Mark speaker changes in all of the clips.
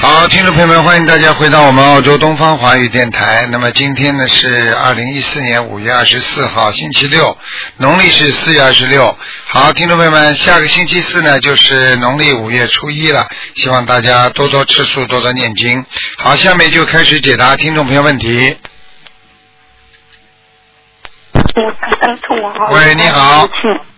Speaker 1: 好，听众朋友们，欢迎大家回到我们澳洲东方华语电台。那么今天呢是二零一四年五月二十四号，星期六，农历是四月二十六。好，听众朋友们，下个星期四呢就是农历五月初一了，希望大家多多吃素，多多念经。好，下面就开始解答听众朋友问题。
Speaker 2: 我看看痛我好。
Speaker 1: 喂，你好。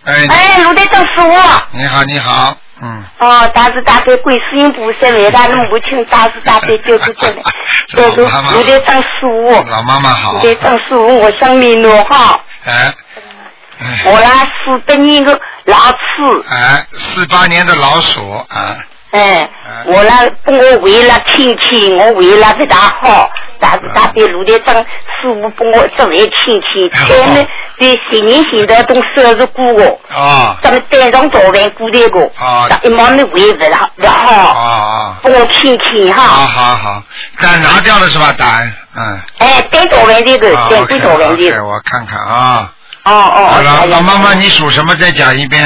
Speaker 1: 哎，你
Speaker 2: 哎，卢队长是我。
Speaker 1: 你好，你好，嗯，
Speaker 2: 哦，大慈大悲观世音菩萨，伟大的母亲，大慈大悲救苦救难。
Speaker 1: 老
Speaker 2: 这个
Speaker 1: 妈妈
Speaker 2: 卢队长是我。
Speaker 1: 老妈妈
Speaker 2: 卢
Speaker 1: 好。
Speaker 2: 队长是我，我想你了哈。
Speaker 1: 哎
Speaker 2: 我那是得你个老鼠，
Speaker 1: 哎，四八年的老鼠啊，
Speaker 2: 哎，我那我为了亲戚，我为了不大好，大慈大悲卢队长是我帮我作为亲戚，他们对新年行的东收入过我。
Speaker 1: 哦
Speaker 2: 咱们单上早饭过来过，
Speaker 1: 哦
Speaker 2: 一毛没为不好不
Speaker 1: 哦
Speaker 2: 好，
Speaker 1: 哦，
Speaker 2: 帮我亲戚
Speaker 1: 好
Speaker 2: 哈。
Speaker 1: 好好，胆拿掉了是吧？胆，嗯。
Speaker 2: 哎，单早饭这个，
Speaker 1: 啊
Speaker 2: 单归早饭这
Speaker 1: OK，OK，
Speaker 2: 个。
Speaker 1: 我看看啊。
Speaker 2: 哦哦
Speaker 1: 好，
Speaker 2: 哎
Speaker 1: 了，
Speaker 2: 呀
Speaker 1: 老妈妈，。你属什么？再讲一遍。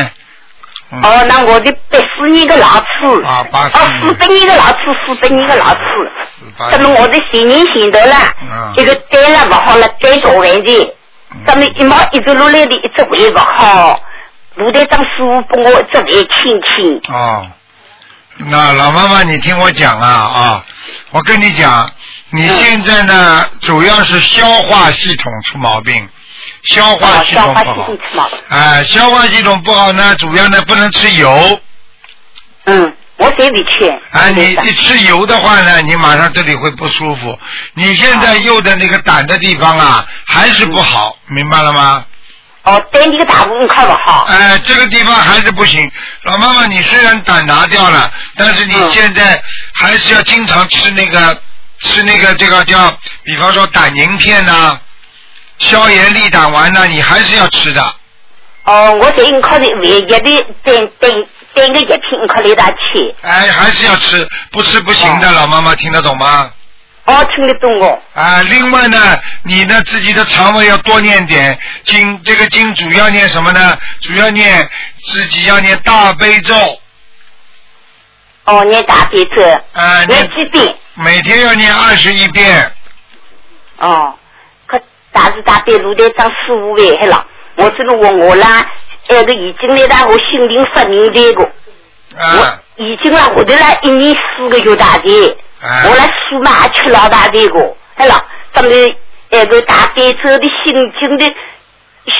Speaker 1: 嗯
Speaker 2: 哦，那我的八四年的老鼠。
Speaker 1: 啊八四年
Speaker 2: 哦，四八年的老鼠，四八年的老鼠。
Speaker 1: 四八
Speaker 2: 咱们我的新年行头
Speaker 1: 嗯嗯
Speaker 2: 啦，这个单了不好了，单早饭的，咱们一毛一直落来的，一直为不好。卢队长师傅帮我这为亲戚，
Speaker 1: 哦，那老妈妈，你听我讲啊啊，我跟你讲，你
Speaker 2: 嗯
Speaker 1: 现在呢，主要是消化系统出毛病，消化
Speaker 2: 啊，
Speaker 1: 系
Speaker 2: 消
Speaker 1: 统
Speaker 2: 化
Speaker 1: 不
Speaker 2: 系
Speaker 1: 好
Speaker 2: 统。吃嘛。
Speaker 1: 哎，消化系统不好呢，主要呢不能吃油。
Speaker 2: 嗯，我这里去。
Speaker 1: 哎，
Speaker 2: 卢队
Speaker 1: 你
Speaker 2: 长
Speaker 1: 一吃油的话呢，你马上这里会不舒服。你现在右的那个胆的地方啊，还是不好，明白了吗？
Speaker 2: 哦，对你个大部分看不好。
Speaker 1: 哎，这个地方还是不行。老妈妈，你虽然胆拿掉了，但是你
Speaker 2: 嗯
Speaker 1: 现在还是要经常吃那个吃那个这个叫，比方说胆宁片呐、消炎利胆丸呐、你还是要吃的。
Speaker 2: 哦，我这你靠的唯一的等等等个一天，你靠的大去。
Speaker 1: 哎，还是要吃，不吃不行的。
Speaker 2: 哦
Speaker 1: 老妈妈听得懂吗？
Speaker 2: 哦，听得懂哦。
Speaker 1: 啊，另外呢，你呢自己的肠胃要多念点经，这个经主要念什么呢？主要念自己要念大悲咒，
Speaker 2: 哦，念大悲咒，
Speaker 1: 啊，
Speaker 2: 念
Speaker 1: 念
Speaker 2: 几遍？
Speaker 1: 每天要念二十一遍，
Speaker 2: 哦，可大是大悲卢队长师傅危害了。我这个我我啦，那个已经来到我心灵发明这个，我
Speaker 1: 啊，
Speaker 2: 已经啦，我的啦一年四个月大的。
Speaker 1: 啊
Speaker 2: 我，那书嘛还吃老大的个，哎了，咱们那个大悲咒的心经的、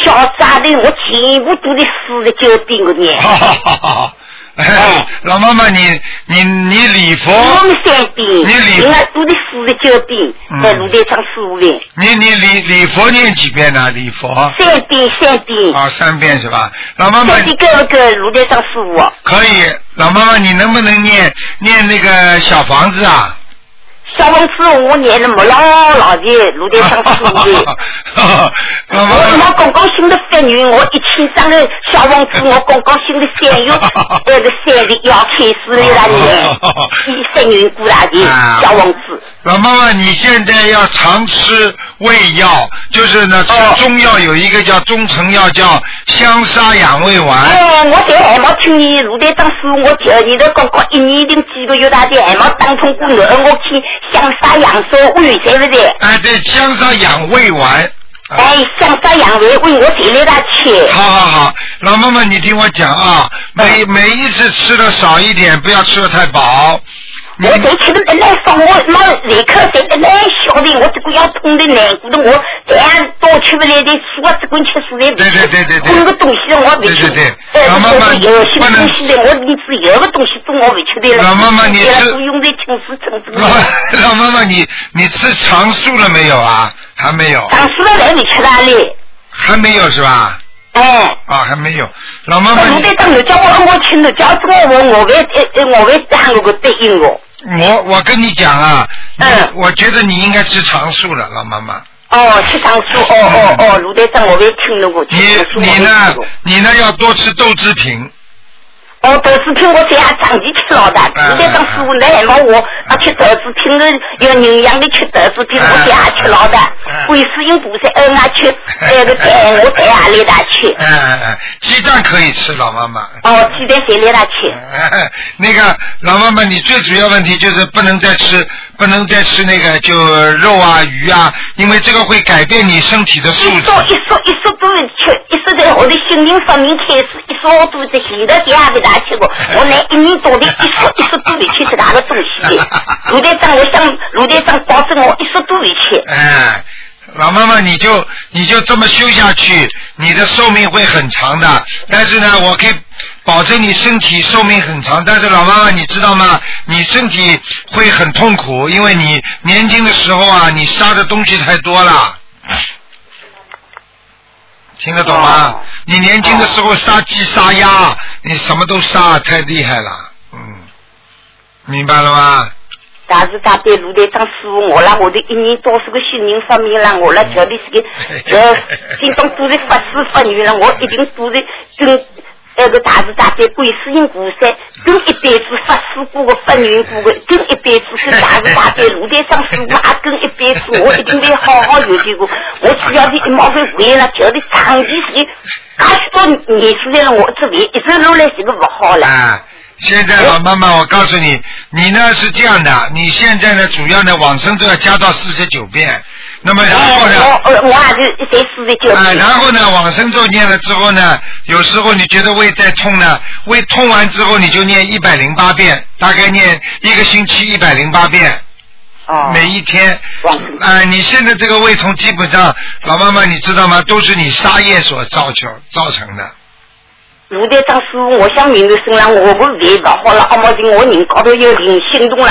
Speaker 2: 小扎的，我全部都得死的就病个念，
Speaker 1: 哈哈哈哈哈。哎
Speaker 2: 哎，
Speaker 1: 老妈妈，你你你礼
Speaker 2: 我
Speaker 1: 佛，
Speaker 2: 们三遍，
Speaker 1: 你理
Speaker 2: 另外都得死的就病
Speaker 1: 嗯，
Speaker 2: 在路队长师傅的，
Speaker 1: 你你礼礼佛念几遍呢、礼佛
Speaker 2: 三遍三遍，
Speaker 1: 啊，三遍是吧？老妈妈
Speaker 2: 三遍够不够？路队长师傅，
Speaker 1: 可以，老妈妈，你能不能念念那个小房子啊？
Speaker 2: 小王子我念了没老老的路队长师傅 的。
Speaker 1: 老妈
Speaker 2: 我
Speaker 1: 妈
Speaker 2: 我，刚刚新的三月，我一起上个小王子，我刚刚新的 呃三月，那个三月要开始了啦，你，一三月过来的嗯小王子，
Speaker 1: 啊老妈妈，你现在要常吃胃药，就是呢，
Speaker 2: 哦
Speaker 1: 吃中药有一个叫中成药，叫香砂养胃丸。
Speaker 2: 哎，我在还没听你卢队长师傅，我叫你的刚刚一年零几个月大的还没当通过来，我去想杀阳寿胃，对不对？
Speaker 1: 哎，对，香砂养胃丸。啊
Speaker 2: 哎，想杀阳寿胃，我谁来他吃？
Speaker 1: 好好好，老妈妈，你听我讲啊，每
Speaker 2: 嗯
Speaker 1: 每一次吃的少一点，不要吃的太饱。你
Speaker 2: 我这吃的本来少，我那立刻这本来晓得，我这个要痛的难过的，我这样多吃不来的，我这个吃实在不
Speaker 1: 对对对对对
Speaker 2: 这个东西我不吃，
Speaker 1: 对对对
Speaker 2: 哎
Speaker 1: 老妈妈
Speaker 2: 我有新
Speaker 1: 不能
Speaker 2: 东西的，我名字有个东西中我不吃的了，
Speaker 1: 老妈妈你
Speaker 2: 别
Speaker 1: 吃
Speaker 2: 了都用在青石城子
Speaker 1: 老
Speaker 2: 嗯
Speaker 1: 老妈妈，你你吃长素了没有啊？还没有，
Speaker 2: 长出了来没吃哪里？
Speaker 1: 还没有是吧？
Speaker 2: 哎。
Speaker 1: 啊，还没有。老妈妈，
Speaker 2: 我
Speaker 1: 你
Speaker 2: 在当头叫我我请头叫这个我我会呃呃我会喊我个对应我，
Speaker 1: 我我跟你讲啊，你
Speaker 2: 嗯
Speaker 1: 我觉得你应该吃长素了，老妈妈。
Speaker 2: 哦吃长素哦哦哦，卢队长我会听那个，
Speaker 1: 你
Speaker 2: 吃长素我
Speaker 1: 你
Speaker 2: 会
Speaker 1: 呢
Speaker 2: 听过？
Speaker 1: 你呢要多吃豆制品，
Speaker 2: 哦，投资品我这样长期吃老的，
Speaker 1: 嗯
Speaker 2: 现在当时我来害我，啊吃投资品的要营养的吃投资品，我这样吃老的，
Speaker 1: 嗯
Speaker 2: 观世音菩萨恩啊 吃，那个蛋我蛋也来他吃。
Speaker 1: 嗯嗯嗯，鸡蛋可以吃，老妈妈。
Speaker 2: 哦，鸡蛋谁来他吃？
Speaker 1: 那个老妈妈，你最主要问题就是不能再吃，不能再吃那个就肉啊、鱼啊，因为这个会改变你身体的素
Speaker 2: 一
Speaker 1: 质。
Speaker 2: 说一说一说都是吃，一说在我的心灵发明开始，一说我都在现在这样给大家吃过，
Speaker 1: 嗯
Speaker 2: 我那一年多的一说一说都没吃这哪个东西 的。卢队长，我想卢队长保证我一说都没吃。
Speaker 1: 哎，老妈妈，你就你就这么修下去，你的寿命会很长的。但是呢，我可以保证你身体寿命很长。但是老妈妈，你知道吗？你身体会很痛苦，因为你年轻的时候啊，你杀的东西太多了。听得懂吗？
Speaker 2: 哦
Speaker 1: 你年轻的时候杀鸡杀鸭，你什么都杀，太厉害了。嗯，明白了吗？
Speaker 2: 但是他对卢队长师傅，我啦，我的一年多是个心灵发明啦，我啦叫你 这个，呃，今朝都是法师法女了，我一定都是跟那个大慈大悲观世音菩 萨，跟一辈子法师过个法女过个，跟一辈子跟大慈大悲卢队长师傅也啊跟一辈子，我一定得好好有这个，我只要是一毛钱回来了，叫你长期是。噶许多年出来了，我这边一直落来这个不好了。
Speaker 1: 啊，现在老妈妈，我告诉你，你呢是这样的，你现在呢主要呢往生咒要加到四十九遍，那么然后呢？
Speaker 2: 哎我我我也是在四十九。
Speaker 1: 啊，然后呢，往生咒念了之后呢，有时候你觉得胃在痛呢，胃痛完之后你就念一百零八遍，大概念一个星期一百零八遍。
Speaker 2: 哦
Speaker 1: 每一天
Speaker 2: 哇，
Speaker 1: 啊，你现在这个胃痛基本上，老妈妈你知道吗？都是你杀业所造成造成的。
Speaker 2: 卢队长师傅，我想明白身上我不胃不好了，阿毛病我人高头有灵性动了，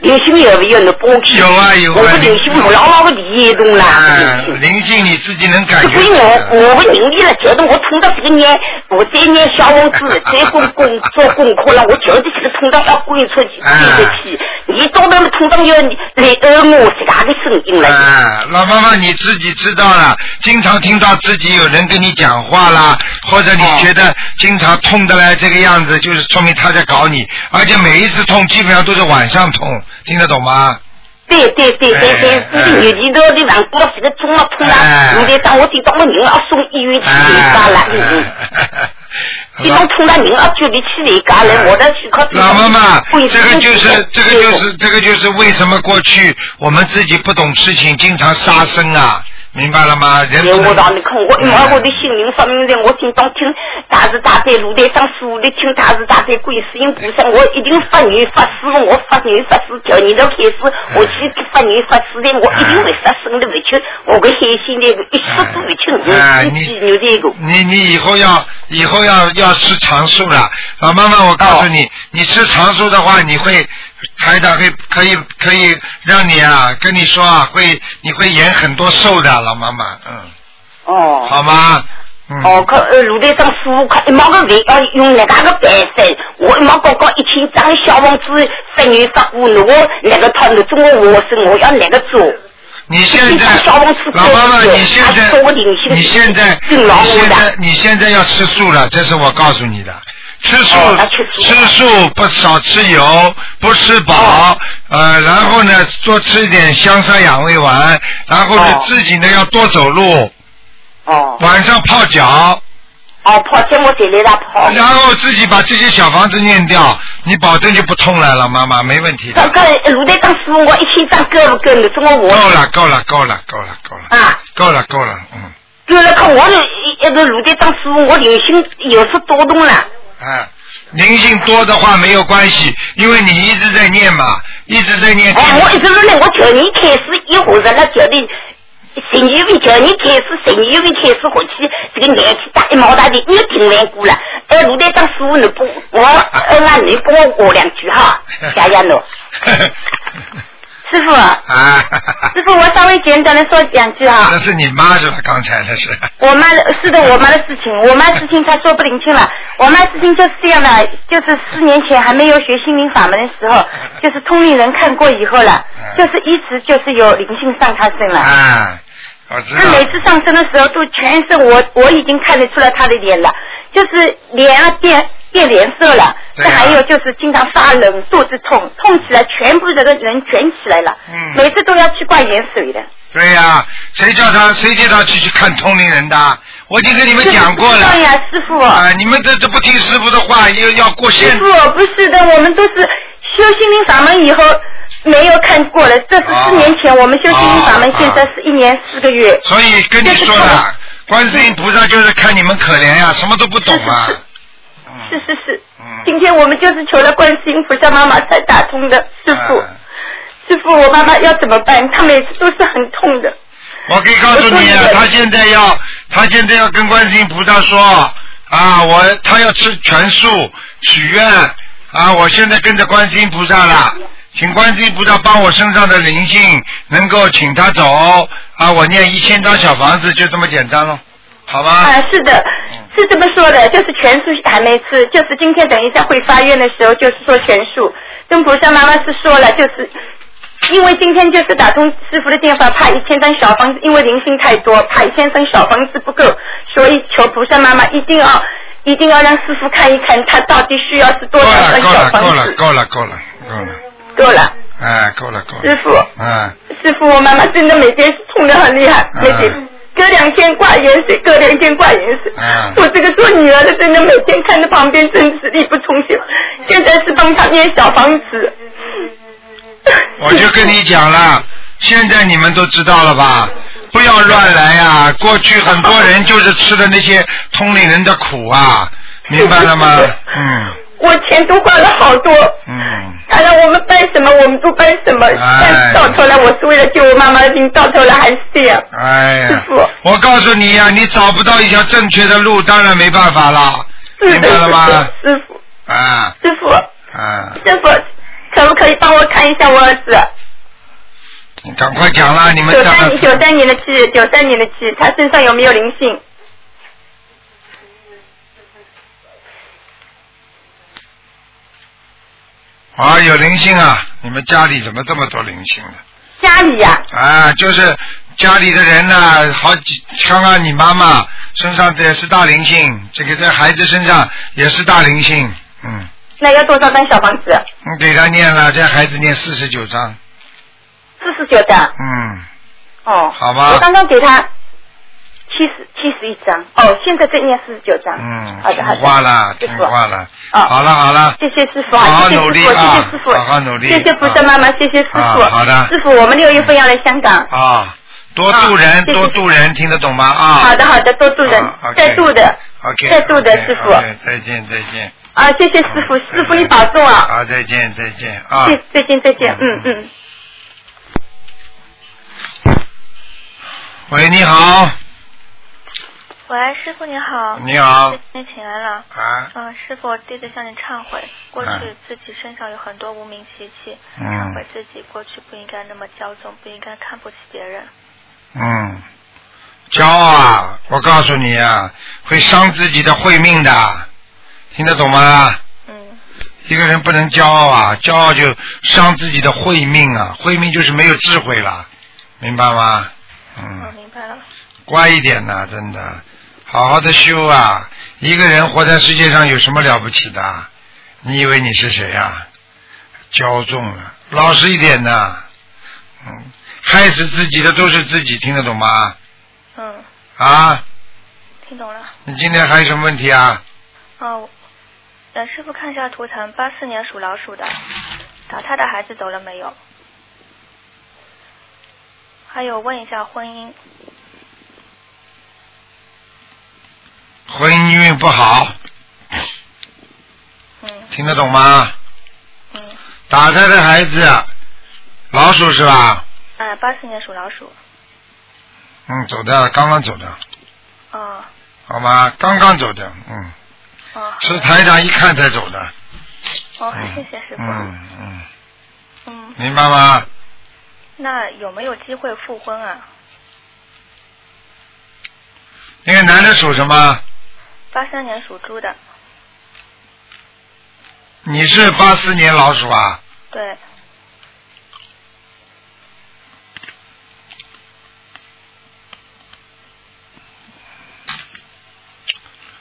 Speaker 2: 灵性有没有？你帮我看。
Speaker 1: 有啊有啊
Speaker 2: 我不灵性我老老个地动了。
Speaker 1: 啊
Speaker 2: 灵，性
Speaker 1: 灵性你自己能感
Speaker 2: 这
Speaker 1: 觉
Speaker 2: 归
Speaker 1: 出来的。
Speaker 2: 我，我不灵力了，觉得我通到这个年，我再念小王子，再工工做功课了，我觉得这个通道要滚出去，
Speaker 1: 哎
Speaker 2: 飞出去。你到那个通道要来耳我自家的声音了。
Speaker 1: 啊，老妈妈你自己知道了，经常听到自己有人跟你讲话啦，或者你
Speaker 2: 哦
Speaker 1: 觉得经常痛的嘞这个样子，就是说明他在搞你，而且每一次痛基本上都是晚上痛，听得懂吗？
Speaker 2: 对对对对
Speaker 1: 哎
Speaker 2: 对，这个有几多的人过这个中了痛了，有的当我听到我人要送医院去
Speaker 1: 哎
Speaker 2: 人家了，嗯嗯。
Speaker 1: 哎
Speaker 2: 听到痛了，人啊要叫你去人家了，我的去靠
Speaker 1: 啊老妈妈，这个
Speaker 2: 嗯
Speaker 1: 就是这个就是这个就是为什么过去我们自己不懂事情，经常杀生啊，明白了吗？人
Speaker 2: 别
Speaker 1: 不能
Speaker 2: 我让你看，我因为
Speaker 1: 哎
Speaker 2: 我的心灵发明的，我经常听大慈大悲卢台长师傅的，听大慈大悲观世音菩萨，我一定发愿发誓，我发愿发誓，叫你都开始，我去发愿发誓的，我一定会杀生的，回去我会开心的，一说都回去，
Speaker 1: 哎
Speaker 2: 我一激牛的一个。
Speaker 1: 你你以后要以后要要吃长素了，老妈妈，我告诉你，你吃长素的话，你会台长会可以可以让你啊，跟你说啊，会你会延很多寿的，老妈妈，嗯，
Speaker 2: 哦。
Speaker 1: 好吗？嗯，
Speaker 2: 哦，可呃，卢队长师傅，可一毛个胃要用那个个白粉，我一毛搞搞一千张小房子，十元发五那个那个套那中国我是我要那个做，
Speaker 1: 你现在
Speaker 2: 小王子
Speaker 1: 老妈妈，你现
Speaker 2: 还
Speaker 1: 在
Speaker 2: 是我领先
Speaker 1: 你现在你
Speaker 2: 敬老我的
Speaker 1: 现在你现在要吃素了，这是我告诉你的。吃素
Speaker 2: 哦那吃，素
Speaker 1: 吃素不少吃油，不吃饱
Speaker 2: 哦，
Speaker 1: 呃，然后呢，多吃一点香砂养胃丸，然后呢
Speaker 2: 哦，
Speaker 1: 自己呢要多走路，
Speaker 2: 哦
Speaker 1: 晚上泡脚，
Speaker 2: 哦，跑天我再来啦跑。
Speaker 1: 然后自己把这些小房子念掉，你保证就不痛了，老妈妈，没问题
Speaker 2: 这
Speaker 1: 的。
Speaker 2: 个卢队长师傅，我一千张够不够？你中国我
Speaker 1: 够了，够了，够了，够了，够了，
Speaker 2: 啊，
Speaker 1: 够了，够了，嗯，
Speaker 2: 够了，可我的一个卢队长师傅，我灵性有时多动了。
Speaker 1: 哎，灵性多的话没有关系，因为你一直在念嘛，一直在念。
Speaker 2: 哎，我一直是来，我叫你开始一伙子了，叫你十二月份叫你开始，十二月份开始回去，这个年纪大一毛大的又听完过了。哎，卢队长师傅，你帮我，哎，那你帮我我两句哈，谢谢侬。 师傅，
Speaker 1: 啊，
Speaker 2: 师傅，我稍微简短的说两句
Speaker 3: 啊
Speaker 2: 哈
Speaker 1: 那是你妈是吧？刚才那是。
Speaker 2: 我妈的是的，我妈的事情，我妈事情她说不灵清了。我妈事情就是这样的，就是四年前还没有学心灵法门的时 候，就是通灵人看过以后了，就是一直就是有灵性上她身了。
Speaker 1: 嗯啊，我知道
Speaker 2: 她。每次上身的时候，都全是我我已经看得出来她的脸了，就是脸啊变
Speaker 3: 变脸色了。
Speaker 1: 对
Speaker 3: 这
Speaker 1: 啊呀
Speaker 3: 还有就是经常发冷、肚子痛，痛起来全部这个人全起来了，
Speaker 1: 嗯
Speaker 3: 每次都要去灌盐水的。
Speaker 1: 对呀、谁叫他谁叫他去去看通灵人的？我已经跟你们讲过了
Speaker 3: 对呀，师傅。
Speaker 1: 啊、你们这这不听师傅的话，又要过
Speaker 3: 师
Speaker 1: 线
Speaker 3: 傅，不是的，我们都是修心灵法门以后没有看过了，这是四年
Speaker 1: 哦
Speaker 3: 前、我们修心灵法门
Speaker 1: 啊，
Speaker 3: 现在是一年四个月。
Speaker 1: 所以跟你
Speaker 3: 这
Speaker 1: 说
Speaker 3: 是错
Speaker 1: 的，观世音菩萨就是看你们可怜呀、什么都不懂啊。
Speaker 3: 是
Speaker 1: 嗯
Speaker 3: 是是
Speaker 1: 嗯，
Speaker 3: 今天我们就是求了观世音菩萨妈妈才打通的，师傅。
Speaker 1: 哎
Speaker 3: 师傅，我妈妈要怎么办？她每次都是很痛的。
Speaker 1: 我可以告诉你啊
Speaker 3: 我说你，的
Speaker 1: 他现在要，他现在要跟观世音菩萨说，啊，我他要吃全素许愿，啊，我现在跟着观世音菩萨了，请观世音菩萨帮我身上的灵性能够请他走，啊，我念一千张小房子就这么简单了，好吧？
Speaker 3: 啊，是的，是这么说的，就是全素还没吃，就是今天等一下会发愿的时候，就是说全素。跟菩萨妈妈是说了，就是因为今天就是打通师傅的电话，怕一千张小房子，因为灵性太多，怕一千张小房子不够，所以求菩萨妈妈一定要一定要让师傅看一看，他到底需要是多
Speaker 1: 够
Speaker 3: 少
Speaker 1: 了，
Speaker 3: 张
Speaker 1: 够
Speaker 3: 小房
Speaker 1: 了，够了，
Speaker 3: 子。
Speaker 1: 够了，够了，够了，
Speaker 3: 够了，
Speaker 1: 哎，够了，够了
Speaker 3: 师，傅，
Speaker 1: 哎，
Speaker 3: 师傅，我妈妈真的每天痛得很厉害，
Speaker 1: 嗯
Speaker 3: 每天隔两天挂盐水，隔两天挂盐水。
Speaker 1: 嗯
Speaker 3: 我这个做女儿的真的每天看着旁边真是力不从心，现在是帮她念小房子。
Speaker 1: 我就跟你讲了，现在你们都知道了吧？不要乱来呀、过去很多人就是吃的那些通灵人的苦啊，明白 了吗？嗯
Speaker 3: 我钱都花了好多，
Speaker 1: 嗯，
Speaker 3: 他让我们办什么我们都办什么，
Speaker 1: 哎
Speaker 3: 但到头来我是为了救我妈妈的命，到头来还是这样。
Speaker 1: 哎呀
Speaker 3: 师傅，
Speaker 1: 我告诉你呀、你找不到一条正确的路，当然没办法了，
Speaker 3: 是
Speaker 1: 明
Speaker 3: 的，
Speaker 1: 白了吗？
Speaker 3: 是的师傅，
Speaker 1: 啊
Speaker 3: 师傅，
Speaker 1: 啊，
Speaker 3: 师傅，可不可以帮我看一下我儿子？
Speaker 1: 你赶快讲啦，你们
Speaker 3: 九
Speaker 1: 讲
Speaker 3: 三九
Speaker 1: 的
Speaker 3: 三年的鸡，九三年的鸡，他身上有没有灵性？
Speaker 1: 啊，有灵性啊！你们家里怎么这么多灵性呢？
Speaker 3: 家里呀、
Speaker 1: 啊，就是家里的人呐、好几，看看你妈妈身上这也是大灵性，这个在孩子身上也是大灵性，嗯，
Speaker 3: 那要多少张小房子？
Speaker 1: 你给他念了，这孩子念四十九章，
Speaker 3: 四十九张。
Speaker 1: 嗯，
Speaker 3: 哦，
Speaker 1: 好吧
Speaker 3: 我刚刚给他七十七十一张，哦，现在再念四十九张。
Speaker 1: 嗯，
Speaker 3: 好的
Speaker 1: 听
Speaker 3: 好的。
Speaker 1: 话了，
Speaker 3: 师
Speaker 1: 听
Speaker 3: 傅，
Speaker 1: 话了，
Speaker 3: 哦
Speaker 1: 好了好了，
Speaker 3: 谢谢师傅，
Speaker 1: 好好
Speaker 3: 谢谢
Speaker 1: 努力
Speaker 3: 师傅，谢
Speaker 1: 啊
Speaker 3: 谢师傅，
Speaker 1: 好好努力
Speaker 3: 谢谢菩萨妈妈，谢谢师傅。
Speaker 1: 啊好的
Speaker 3: 师傅，我们六月份要来香港。
Speaker 1: 啊，多度人
Speaker 3: 啊谢谢
Speaker 1: 多度人，听得懂吗？啊，
Speaker 3: 好的好的，多度人
Speaker 1: 啊，，OK
Speaker 3: 再度的。
Speaker 1: ，OK，
Speaker 3: 再度的师傅
Speaker 1: OK，再见再见，
Speaker 3: 啊，谢谢师傅，师傅你保重啊。
Speaker 1: 啊，再见再见啊，
Speaker 3: 谢，再见再见，嗯嗯。
Speaker 1: 喂，你好，
Speaker 4: 喂，师傅你好。
Speaker 1: 你好
Speaker 4: 弟，子请来了。
Speaker 1: 啊，
Speaker 4: 嗯，师傅，弟子向你忏悔，过
Speaker 1: 嗯
Speaker 4: 去自己身上有很多无名习气，忏悔
Speaker 1: 嗯
Speaker 4: 自己过去不应该那么骄纵，不应该看不起别人。
Speaker 1: 嗯，骄傲啊！我告诉你啊，会伤自己的慧命的，听得懂吗？
Speaker 4: 嗯
Speaker 1: 一个人不能骄傲啊，骄傲就伤自己的慧命啊，慧命就是没有智慧了，明白吗？
Speaker 4: 我
Speaker 1: 嗯，
Speaker 4: 哦明白了。
Speaker 1: 乖一点呐、真的，好好的修啊！一个人活在世界上有什么了不起的？你以为你是谁啊？骄纵了，老实一点呐、嗯，害死自己的都是自己，听得懂吗？
Speaker 4: 嗯，
Speaker 1: 啊，
Speaker 4: 听懂了。
Speaker 1: 你今天还有什么问题啊？
Speaker 4: 哦，呃，师傅看一下图腾，八四年属老鼠的，打他的孩子走了没有？还有问一下婚姻，
Speaker 1: 婚姻运不好，
Speaker 4: 嗯
Speaker 1: 听得懂吗？
Speaker 4: 嗯，
Speaker 1: 打胎的孩子，啊老鼠是吧？
Speaker 4: 哎，八四年属老鼠，
Speaker 1: 嗯，走的，刚刚走的，
Speaker 4: 哦
Speaker 1: 好吗？刚刚走的，嗯，
Speaker 4: 哦，好
Speaker 1: 是
Speaker 4: 的
Speaker 1: 台长一看才走的，
Speaker 4: 哦，谢
Speaker 1: 嗯
Speaker 4: 谢师傅，
Speaker 1: 嗯嗯，
Speaker 4: 嗯
Speaker 1: 明白吗？
Speaker 4: 那有没有机会复婚啊？
Speaker 1: 那个男的属什么？
Speaker 4: 八三年属猪的，
Speaker 1: 你是八四年老鼠啊？
Speaker 4: 对，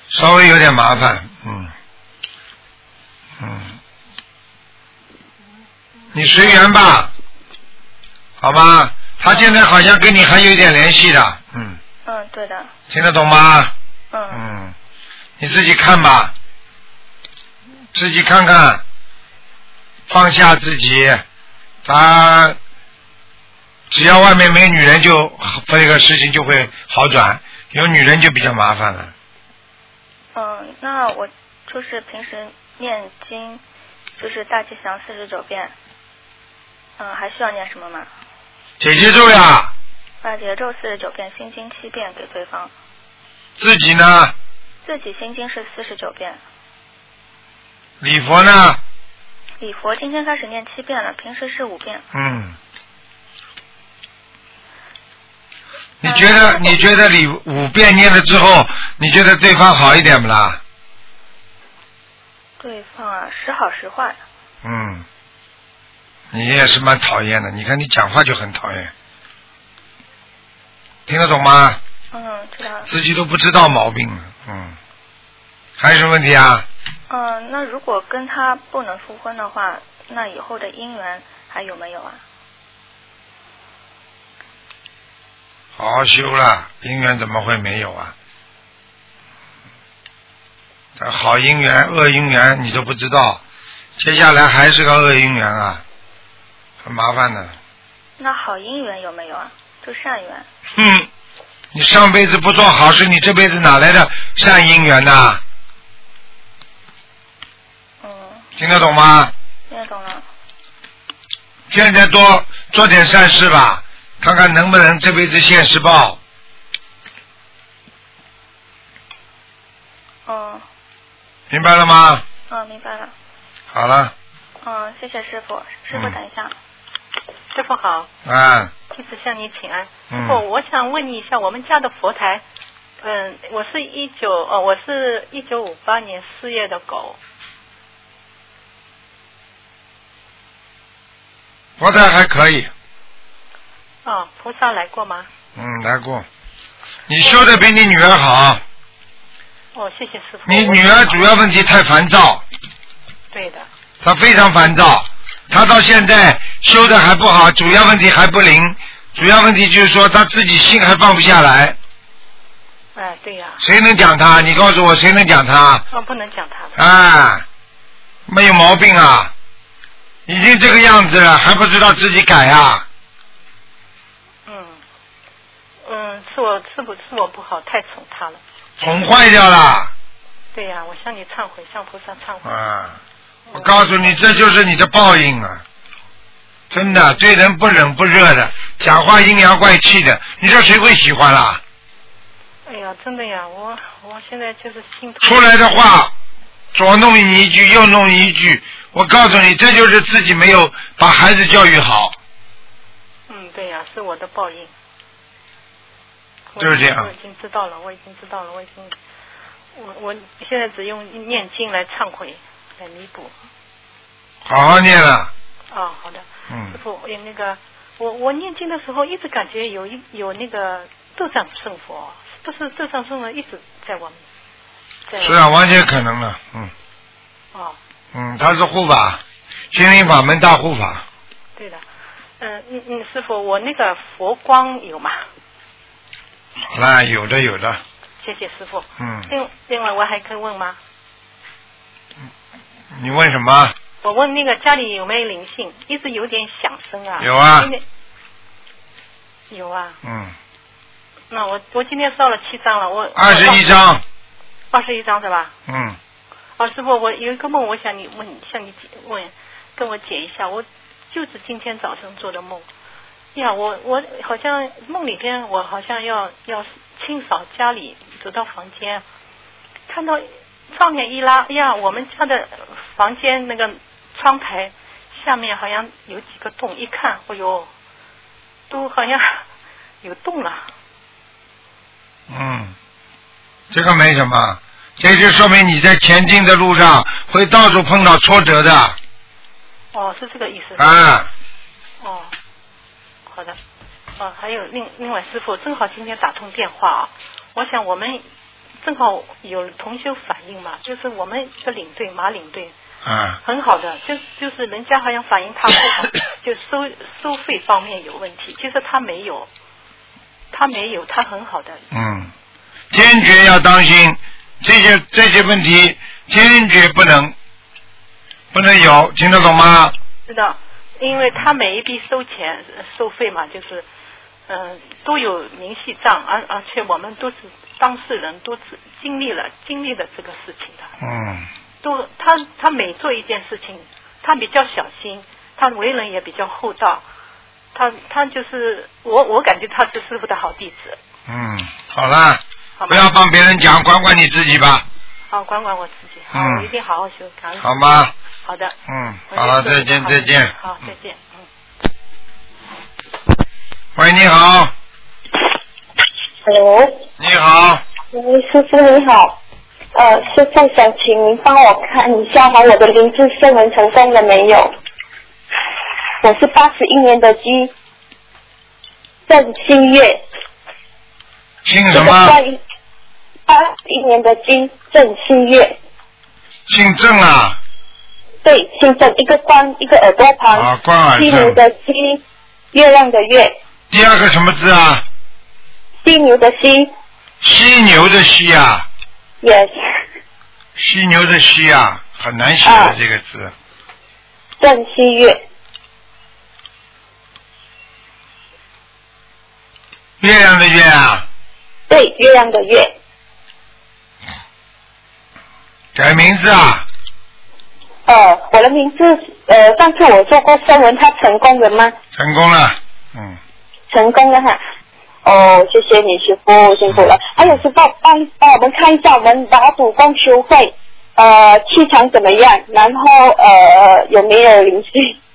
Speaker 1: 稍微有点麻烦，嗯，嗯你随缘吧，好吧？他现在好像跟你还有一点联系的，嗯，
Speaker 4: 嗯，对的，
Speaker 1: 听得懂吗？
Speaker 4: 嗯
Speaker 1: 嗯，你自己看吧，自己看看，放下自己，他只要外面没女人就，这个事情就会好转，有女人就比较麻烦了。
Speaker 4: 嗯，那我就是平时念经，就是大吉祥四十九遍，嗯，还需要念什么吗？
Speaker 1: 姐姐咒呀，
Speaker 4: 大节咒四十九遍，心经七遍给对方，
Speaker 1: 自己呢，
Speaker 4: 自己心经是四十九遍，
Speaker 1: 礼佛呢，
Speaker 4: 礼佛今天开始念七遍了，平时是五遍。
Speaker 1: 嗯。你觉得你觉得你五遍念了之后，你觉得对方好一点不啦？
Speaker 4: 对方啊，时好时坏，
Speaker 1: 嗯，你也是蛮讨厌的。你看你讲话就很讨厌，听得懂吗？
Speaker 4: 嗯，知道了。
Speaker 1: 自己都不知道毛病了。嗯，还有什么问题啊？
Speaker 4: 嗯，那如果跟他不能复婚的话，那以后的姻缘还有没有啊？
Speaker 1: 好好修啦，姻缘怎么会没有啊？好姻缘、恶姻缘你都不知道，接下来还是个恶姻缘啊，很麻烦的。
Speaker 4: 那好姻缘有没有啊？就善缘。
Speaker 1: 哼，你上辈子不做好事，你这辈子哪来的善姻缘啊呐、
Speaker 4: 嗯，
Speaker 1: 听得懂吗？
Speaker 4: 听得懂了。
Speaker 1: 现在多做点善事吧，看看能不能这辈子现世报。
Speaker 4: 嗯
Speaker 1: 明白了吗？
Speaker 4: 嗯，明白了。
Speaker 1: 好了，
Speaker 4: 嗯，谢谢师傅。师傅，
Speaker 1: 嗯
Speaker 4: 等一下。
Speaker 5: 师傅好，
Speaker 1: 啊，
Speaker 5: 弟子向你请安。
Speaker 1: 嗯
Speaker 5: 师傅，我想问你一下，我们家的佛台，嗯，我是一九哦，我是一九五八年四月的狗，
Speaker 1: 佛台还可以，
Speaker 5: 哦，菩萨来过吗？
Speaker 1: 嗯，来过。你修的比你女儿好，
Speaker 5: 哦，谢谢师傅。
Speaker 1: 你
Speaker 5: 我
Speaker 1: 女儿主要问题太烦躁，
Speaker 5: 对的，
Speaker 1: 她非常烦躁，她到现在修的还不好，主要问题还不灵，主要问题就是说她自己心还放不下来，
Speaker 5: 哎，对呀、
Speaker 1: 谁能讲她？你告诉我，谁能讲她？
Speaker 5: 我不能讲他的。
Speaker 1: 啊，没有毛病啊，已经这个样子了，还不知道自己改啊？
Speaker 5: 嗯嗯，是我是不是我不好，太宠他了。
Speaker 1: 宠坏掉了
Speaker 5: 对呀、我向你忏悔，向菩萨忏悔。
Speaker 1: 啊！我告诉你，这就是你的报应啊！真的，对人不冷不热的，讲话阴阳怪气的，你说谁会喜欢啊啦？
Speaker 5: 哎呀，真的呀，我我现在就是心痛。
Speaker 1: 出来的话，左弄你一句，右弄你一句，我告诉你，这就是自己没有把孩子教育好。
Speaker 5: 嗯，对呀、是我的报应。
Speaker 1: 就是这样
Speaker 5: 我已经知道了，我已经知道了，我已经，我我现在只用念经来忏悔，来弥补。
Speaker 1: 好好念了，
Speaker 5: 啊、好的，
Speaker 1: 嗯
Speaker 5: 师傅，我那个，我我念经的时候一直感觉有一有那个斗战胜佛，不是斗战胜佛一直在我们，在我
Speaker 1: 是啊，完全可能了，嗯。
Speaker 5: 哦，
Speaker 1: 嗯，他是护法，心灵法门大护法，
Speaker 5: 对的，嗯嗯嗯，师傅，我那个佛光有吗？
Speaker 1: 好啦，有的有的，
Speaker 5: 谢谢师傅。
Speaker 1: 嗯，
Speaker 5: 另另外我还可以问吗？
Speaker 1: 你问什么？
Speaker 5: 我问那个家里有没有灵性，一直有点响声啊。
Speaker 1: 有啊
Speaker 5: 今天。有啊，
Speaker 1: 嗯，
Speaker 5: 那我我今天烧了七张了，我
Speaker 1: 二十一，章，
Speaker 5: 我二十一张是吧？
Speaker 1: 嗯，
Speaker 5: 哦，师傅，我有一个梦，我想你问，向你解问，跟我解一下。我就是今天早上做的梦，呀，我我好像梦里边，我好像要要清扫家里，走到房间，看到窗帘一拉，呀，我们家的房间那个窗台下面好像有几个洞，一看，哎呦，都好像 有洞了。
Speaker 1: 嗯，这个没什么，这就说明你在前进的路上会到处碰到挫折的
Speaker 5: 哦，是这个意思。
Speaker 1: 啊。
Speaker 5: 哦，好的。哦，还有另另外师傅，正好今天打通电话啊，我想我们正好有同学反映嘛，就是我们的领队马领队，
Speaker 1: 嗯，
Speaker 5: 很好的，就就是人家好像反映他不好就收收费方面有问题，其实他没有，他没有，他很好的，
Speaker 1: 嗯，坚决要当心这些这些问题，坚决不能不能有，听得懂吗？
Speaker 5: 知道，因为他每一笔收钱呃收费嘛，就是嗯、呃都有明细账，而而且我们都是当事人，都是经历了经历了这个事情的，
Speaker 1: 嗯
Speaker 5: 都他他每做一件事情，他比较小心，他为人也比较厚道，他他就是我我感觉他是师傅的好弟子，
Speaker 1: 嗯，好啦，
Speaker 5: 好
Speaker 1: 不
Speaker 5: 吗？
Speaker 1: 要帮别人讲，管管你自己吧，
Speaker 5: 好，管管我自己，好，
Speaker 1: 嗯
Speaker 5: 我一定好好修，感恩
Speaker 1: 好吗？
Speaker 5: 好的，
Speaker 1: 嗯，
Speaker 5: 我
Speaker 1: 好了，
Speaker 5: 就祝
Speaker 1: 再
Speaker 5: 你
Speaker 1: 见
Speaker 5: 好
Speaker 1: 再见。
Speaker 5: 好，再见，嗯。
Speaker 1: 喂，你好，
Speaker 6: Hello，
Speaker 1: 你好，
Speaker 6: 喂，师傅你好，呃，师傅想请您帮我看一下哈，我的灵智圣文成功了没有？我是八十一年的鸡，郑新月，
Speaker 1: 姓
Speaker 6: 这
Speaker 1: 什
Speaker 6: 个
Speaker 1: 么？
Speaker 6: 关于八十一年的鸡，郑新月，
Speaker 1: 姓郑啊，
Speaker 6: 对，姓郑，一个关，一个耳朵旁，
Speaker 1: 啊，关尔
Speaker 6: 犀牛的
Speaker 1: 正。
Speaker 6: 犀，月亮的月，
Speaker 1: 第二个什么字啊？
Speaker 6: 犀牛的犀
Speaker 1: 犀牛的犀啊，
Speaker 6: ，yes，
Speaker 1: 犀牛的犀啊，很难写的
Speaker 6: 啊
Speaker 1: 这个字。
Speaker 6: 郑新月，
Speaker 1: 月亮的月啊，
Speaker 6: 对，月亮的月，
Speaker 1: 改名字啊，
Speaker 6: 呃，我的名字，呃，上次我做过声纹，它成功了吗？
Speaker 1: 成功了。嗯，
Speaker 6: 成功了哈。哦，谢谢你师傅，辛苦了。还有师傅，帮帮我们看一下我们打土共修会，呃，气场怎么样？然后呃，有没有灵性？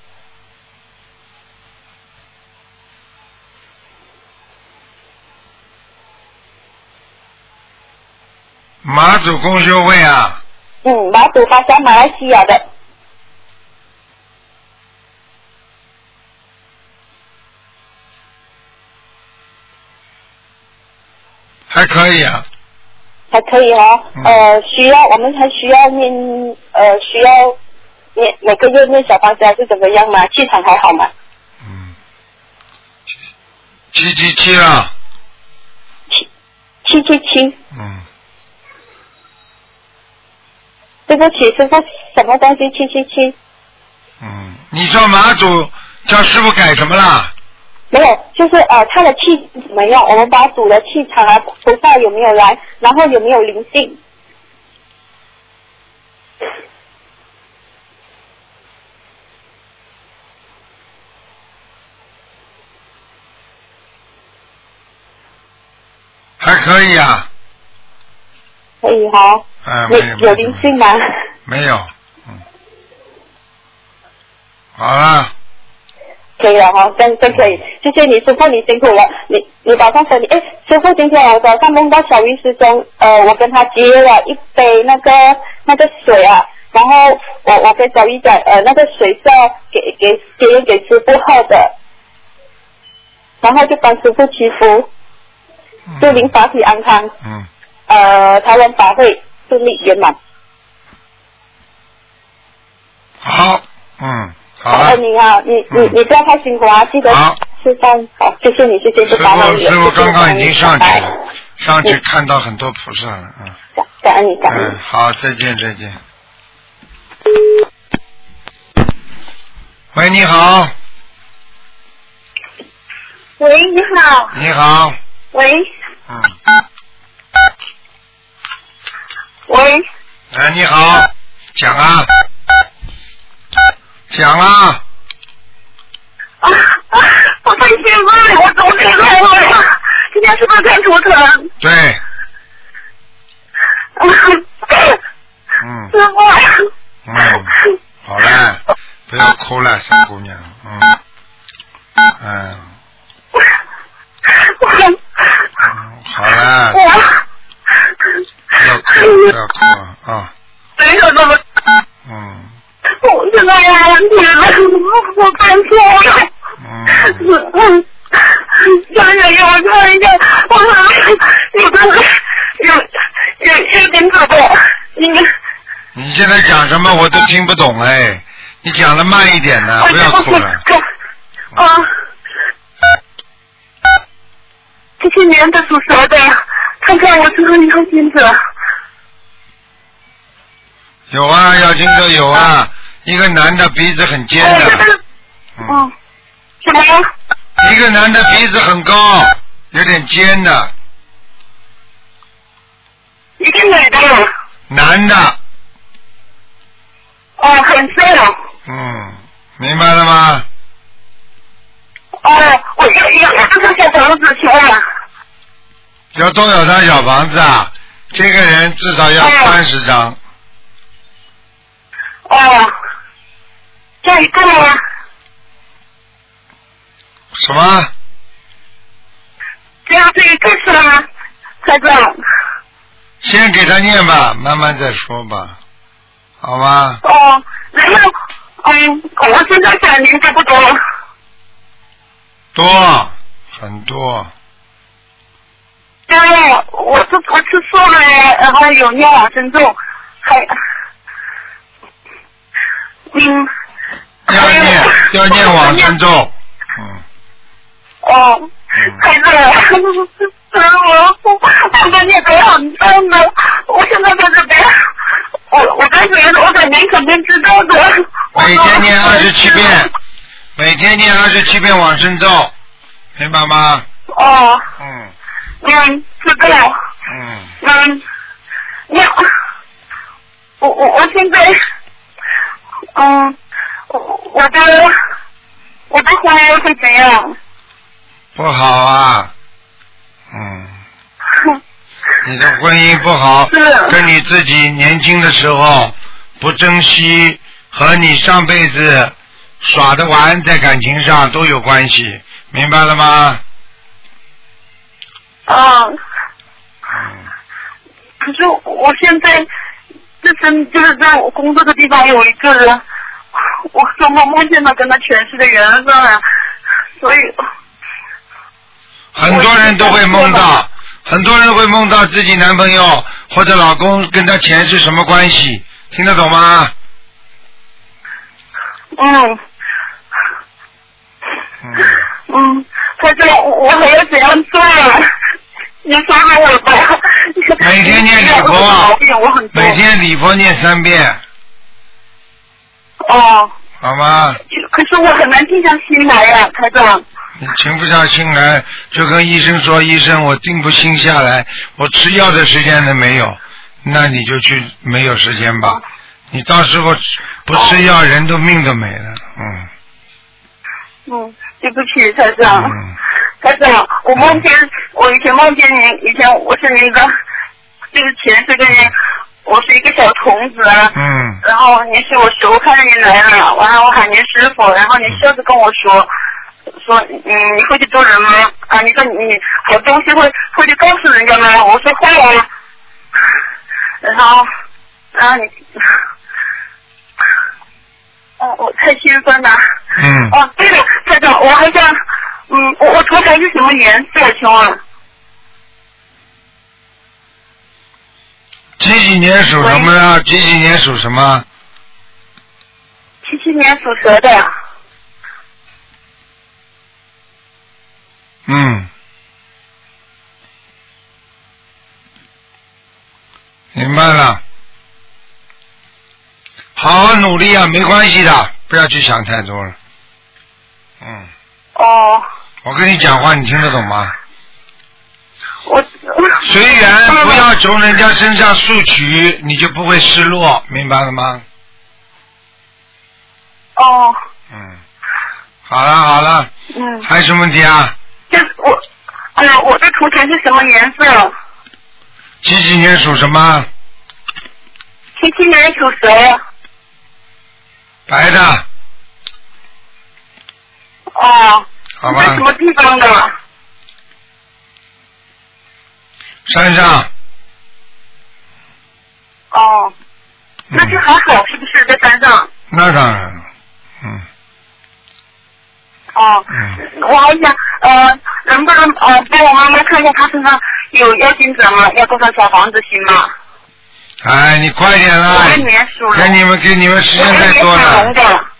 Speaker 1: 马祖公修会啊，
Speaker 6: 嗯，马祖巴山马来西亚的，
Speaker 1: 还可以啊。
Speaker 6: 还可以哦。
Speaker 1: 嗯
Speaker 6: 呃，需要我们还需要念呃需要念每个月念小房子还是怎么样吗？气场还好吗？
Speaker 1: 嗯，七七七啊了。
Speaker 6: 七七七，
Speaker 1: 嗯，
Speaker 6: 对不起，师傅，什么东西七七七？
Speaker 1: 嗯，你说马祖叫师傅改什么啦？
Speaker 6: 没有，就是呃，他的气怎么样？我们把主的气场啊，菩萨有没有来？然后有没有灵性？
Speaker 1: 还可以啊。
Speaker 6: 可以哈、
Speaker 1: 啊，没
Speaker 6: 有
Speaker 1: 有
Speaker 6: 有
Speaker 1: 没什
Speaker 6: 灵
Speaker 1: 么
Speaker 6: 性吗？
Speaker 1: 没有，嗯，好了，
Speaker 6: 可以了哈、真真可以，谢谢你师傅，你辛苦了。你你早上说你哎，师傅今天我早上梦到小云师兄，呃，我跟他接了一杯那个那个水啊，然后我我跟小云讲，呃，那个水是要给给给给师傅喝的，然后就帮师傅祈福，
Speaker 1: 嗯
Speaker 6: 祝您法体安康。
Speaker 1: 嗯，
Speaker 6: 呃，台湾法会顺利圆满，
Speaker 1: 好，嗯，好
Speaker 6: 感
Speaker 1: 了
Speaker 6: 恩，您啊，你你
Speaker 1: 嗯
Speaker 6: 你不要太辛苦啊，记得
Speaker 1: 好
Speaker 6: 吃饭，好，谢谢你，谢谢，
Speaker 1: 师
Speaker 6: 不打扰
Speaker 1: 傅
Speaker 6: 你了，
Speaker 1: 师傅
Speaker 6: 谢谢
Speaker 1: 刚刚已经上去
Speaker 6: 拜拜
Speaker 1: 了，上去看到很多菩萨了，嗯
Speaker 6: 感感恩你，感恩
Speaker 1: 嗯，好，再见再见。喂，你好，
Speaker 6: 你。喂，你好，
Speaker 1: 你好，
Speaker 6: 喂
Speaker 1: 嗯，
Speaker 6: 喂，
Speaker 1: 哎，你好，讲啊，讲啊，
Speaker 7: 啊啊！ 我太兴奋了，我总起来了。今天是不是太头疼？
Speaker 1: 对，
Speaker 7: 啊，师
Speaker 1: 嗯
Speaker 7: 傅，
Speaker 1: 嗯。好了，不要哭了，小姑娘，嗯，嗯，
Speaker 7: 我
Speaker 1: 嗯好
Speaker 7: 我
Speaker 1: 了，不要哭，不要哭了啊，
Speaker 7: 没有那么，
Speaker 1: 嗯
Speaker 7: 我现在压力了，我犯错了。
Speaker 1: 嗯，
Speaker 7: 嗯，大爷给我看一下，我有的有有有点子的，你
Speaker 1: 你现在讲什么我都听不懂哎，你讲的慢一点呢，不要哭了。
Speaker 6: 这啊，这些年的属蛇的，看看我身上有金子，
Speaker 1: 有啊，要金哥有啊，一个男的鼻子很尖
Speaker 6: 哎，
Speaker 1: 的，
Speaker 6: 嗯，什么呀？
Speaker 1: 一个男的鼻子很高，有点尖的，
Speaker 6: 一个女的，
Speaker 1: 男的，
Speaker 6: 哦，很正，
Speaker 1: 嗯，明白了吗？
Speaker 6: 哦，我要要要这小房子，请问，
Speaker 1: 要多少张小房子啊？这个人至少要
Speaker 6: 哎
Speaker 1: 三十张，
Speaker 6: 哦，这一个吗？
Speaker 1: 什么？
Speaker 6: 只要这一个是吗？台长，
Speaker 1: 先给他念吧，慢慢再说吧，好吗？
Speaker 6: 哦，然后，嗯，我现在想您这不多，哦
Speaker 1: 多，很多，
Speaker 6: 因为我是我吃素了，然后有念往生咒，还，嗯，
Speaker 1: 要
Speaker 6: 还有
Speaker 1: 念要念往生咒，嗯，
Speaker 6: 哦，孩子， 我我我跟你讲很真的，我现在在这边，我我在这边，我在您肯定知道的。
Speaker 1: 每天念二十七遍，每天念二十七遍往生咒，明白吗？
Speaker 6: 哦，
Speaker 1: 嗯
Speaker 6: 嗯，知道，
Speaker 1: 嗯，
Speaker 6: 嗯，你，我我我现在，嗯，我我的我的婚姻会怎样？
Speaker 1: 不好啊，嗯，你的婚姻不好，
Speaker 6: 是
Speaker 1: 跟你自己年轻的时候不珍惜和你上辈子耍的玩在感情上都有关系，明白了吗？
Speaker 6: 啊。
Speaker 1: 嗯，
Speaker 6: 可是我现在就是就是在我工作的地方有一个人，我做梦梦见他跟他前世的缘分了，所以
Speaker 1: 很多人都会梦到，很多人会梦到自己男朋友或者老公跟他前世什么关系，听得懂吗？
Speaker 6: 嗯
Speaker 1: 嗯，
Speaker 6: 嗯，他就我还要怎样做啊？你说给我吧。
Speaker 1: 每天念 礼
Speaker 6: 我有毛
Speaker 1: 佛
Speaker 6: 病我很，多
Speaker 1: 每天礼佛念三遍，
Speaker 6: 哦，
Speaker 1: 好吗？
Speaker 6: 可是我很难静下心来呀、台长。
Speaker 1: 你停不下心来，就跟医生说：“医生，我定不心下来，我吃药的时间都没有。”那你就去没有时间吧，你到时候吃不吃药，
Speaker 6: 哦
Speaker 1: 人都命都没了。嗯
Speaker 6: 嗯，对不起，台长。
Speaker 1: 嗯，
Speaker 6: 台长，我梦见我以前梦见您，以前我是您的，就是前世的人，我是一个小童子啊。
Speaker 1: 嗯，
Speaker 6: 然后您是我师傅，看着您来了，完了我喊您师傅，然后您笑着跟我说，说嗯你会去做人吗？啊，你说你好东西会会去告诉人家吗？我说会啊。然后，然后你，哦，我太兴奋了。
Speaker 1: 嗯
Speaker 6: 哦，对了，台长，我还想，嗯，我我头发是什么颜色？请问？
Speaker 1: 几几年属什么呀？几几年属什么？
Speaker 6: 七七年属蛇的。
Speaker 1: 嗯，明白了。好好努力啊，没关系的，不要去想太多了。嗯，
Speaker 6: 哦，
Speaker 1: 我跟你讲话，你听得懂吗？
Speaker 6: 我。
Speaker 1: 随缘，不要从人家身上索取，你就不会失落，明白了吗？
Speaker 6: 哦，
Speaker 1: 嗯，好了好了，
Speaker 6: 嗯。
Speaker 1: 还有什么问题啊？
Speaker 6: 这我，哎呀，我这图腾是什么颜色？
Speaker 1: 几几年属什么？
Speaker 6: 七七年属蛇呀。
Speaker 1: 白的，
Speaker 6: 哦。
Speaker 1: 好
Speaker 6: 在
Speaker 1: 吧
Speaker 6: 什？么地方的？
Speaker 1: 山上。
Speaker 6: 哦，
Speaker 1: 嗯
Speaker 6: 那是还好，是不是在山上？
Speaker 1: 那当然了，嗯
Speaker 6: 哦。
Speaker 1: 嗯，
Speaker 6: 我还想，呃，能不能呃帮我妈妈看一下她身上有妖精者吗？要多少小房子行吗？
Speaker 1: 哎，你快点啦！
Speaker 6: 五六年属龙
Speaker 1: 给你们给你们时间太多了。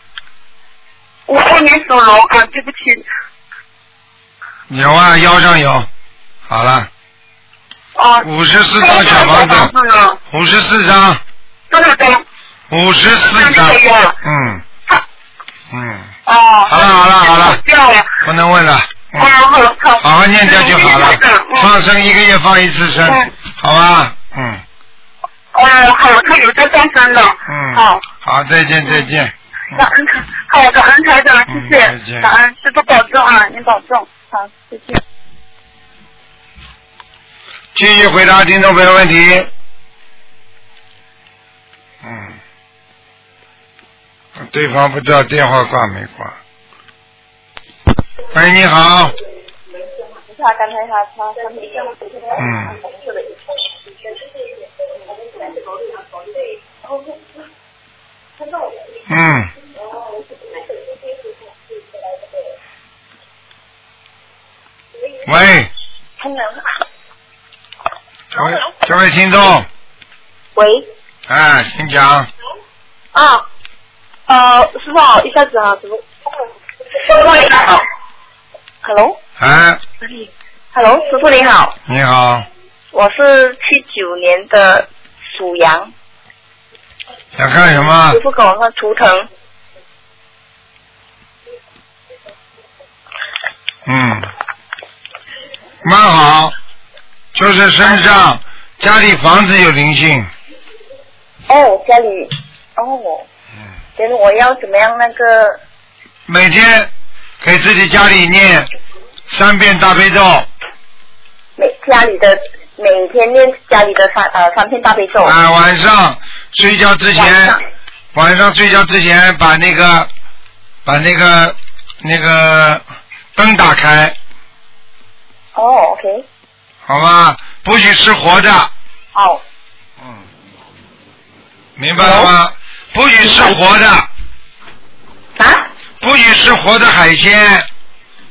Speaker 6: 我后年属龙啊，对不起，
Speaker 1: 有啊，腰上有。好了，
Speaker 6: 哦，
Speaker 1: 五十四张小房子，
Speaker 6: 呢？
Speaker 1: 五十四张，
Speaker 6: 多少张？
Speaker 1: 五十四张
Speaker 6: 那这个呀。
Speaker 1: 嗯嗯，
Speaker 6: 哦，
Speaker 1: 好了好了好了
Speaker 6: 掉了，
Speaker 1: 不能问了。嗯
Speaker 6: 哦，好，
Speaker 1: 好好念掉就好了
Speaker 6: 嗯。
Speaker 1: 放生一个月放一次生
Speaker 6: 嗯，
Speaker 1: 好吧？嗯
Speaker 6: 哦，好，他有在上升的，
Speaker 1: 嗯。
Speaker 8: 哦
Speaker 6: 好，
Speaker 1: 好，再见再见。
Speaker 6: 感恩台，好，感恩台长，谢
Speaker 1: 嗯再见
Speaker 6: 谢，感恩师傅保重啊，您保重，好，再见。
Speaker 1: 继续回答听众朋友问题。嗯，对方不知道电话挂没挂。喂，你好。嗯。嗯。喂，这位这位听众，
Speaker 8: 喂，
Speaker 1: 哎，请讲。
Speaker 8: 啊，呃，师傅好，一下子啊，怎么？Hello，Hello，
Speaker 1: 哎，
Speaker 8: 师傅你好，
Speaker 1: 你好，
Speaker 8: 我是七九年的属羊，
Speaker 1: 想看什么
Speaker 8: 师？傅跟我说图腾，
Speaker 1: 嗯，蛮好，就是身上家里房子有灵性，
Speaker 8: 哦，家里，哦，
Speaker 1: 嗯，
Speaker 8: 觉得我要怎么样那个？
Speaker 1: 每天给自己家里念三遍大悲咒，
Speaker 8: 每家里的每天念家里的三呃三篇大悲咒，
Speaker 1: 啊，晚上睡觉之
Speaker 8: 晚
Speaker 1: 前
Speaker 8: 上，
Speaker 1: 晚上睡觉之前把那个把那个那个灯打开，
Speaker 8: 哦，OK，
Speaker 1: 好吧，不许吃活的。
Speaker 8: 哦，
Speaker 1: 嗯，明白了吗？不许吃活的，
Speaker 8: 啊
Speaker 1: 不许吃活的海鲜。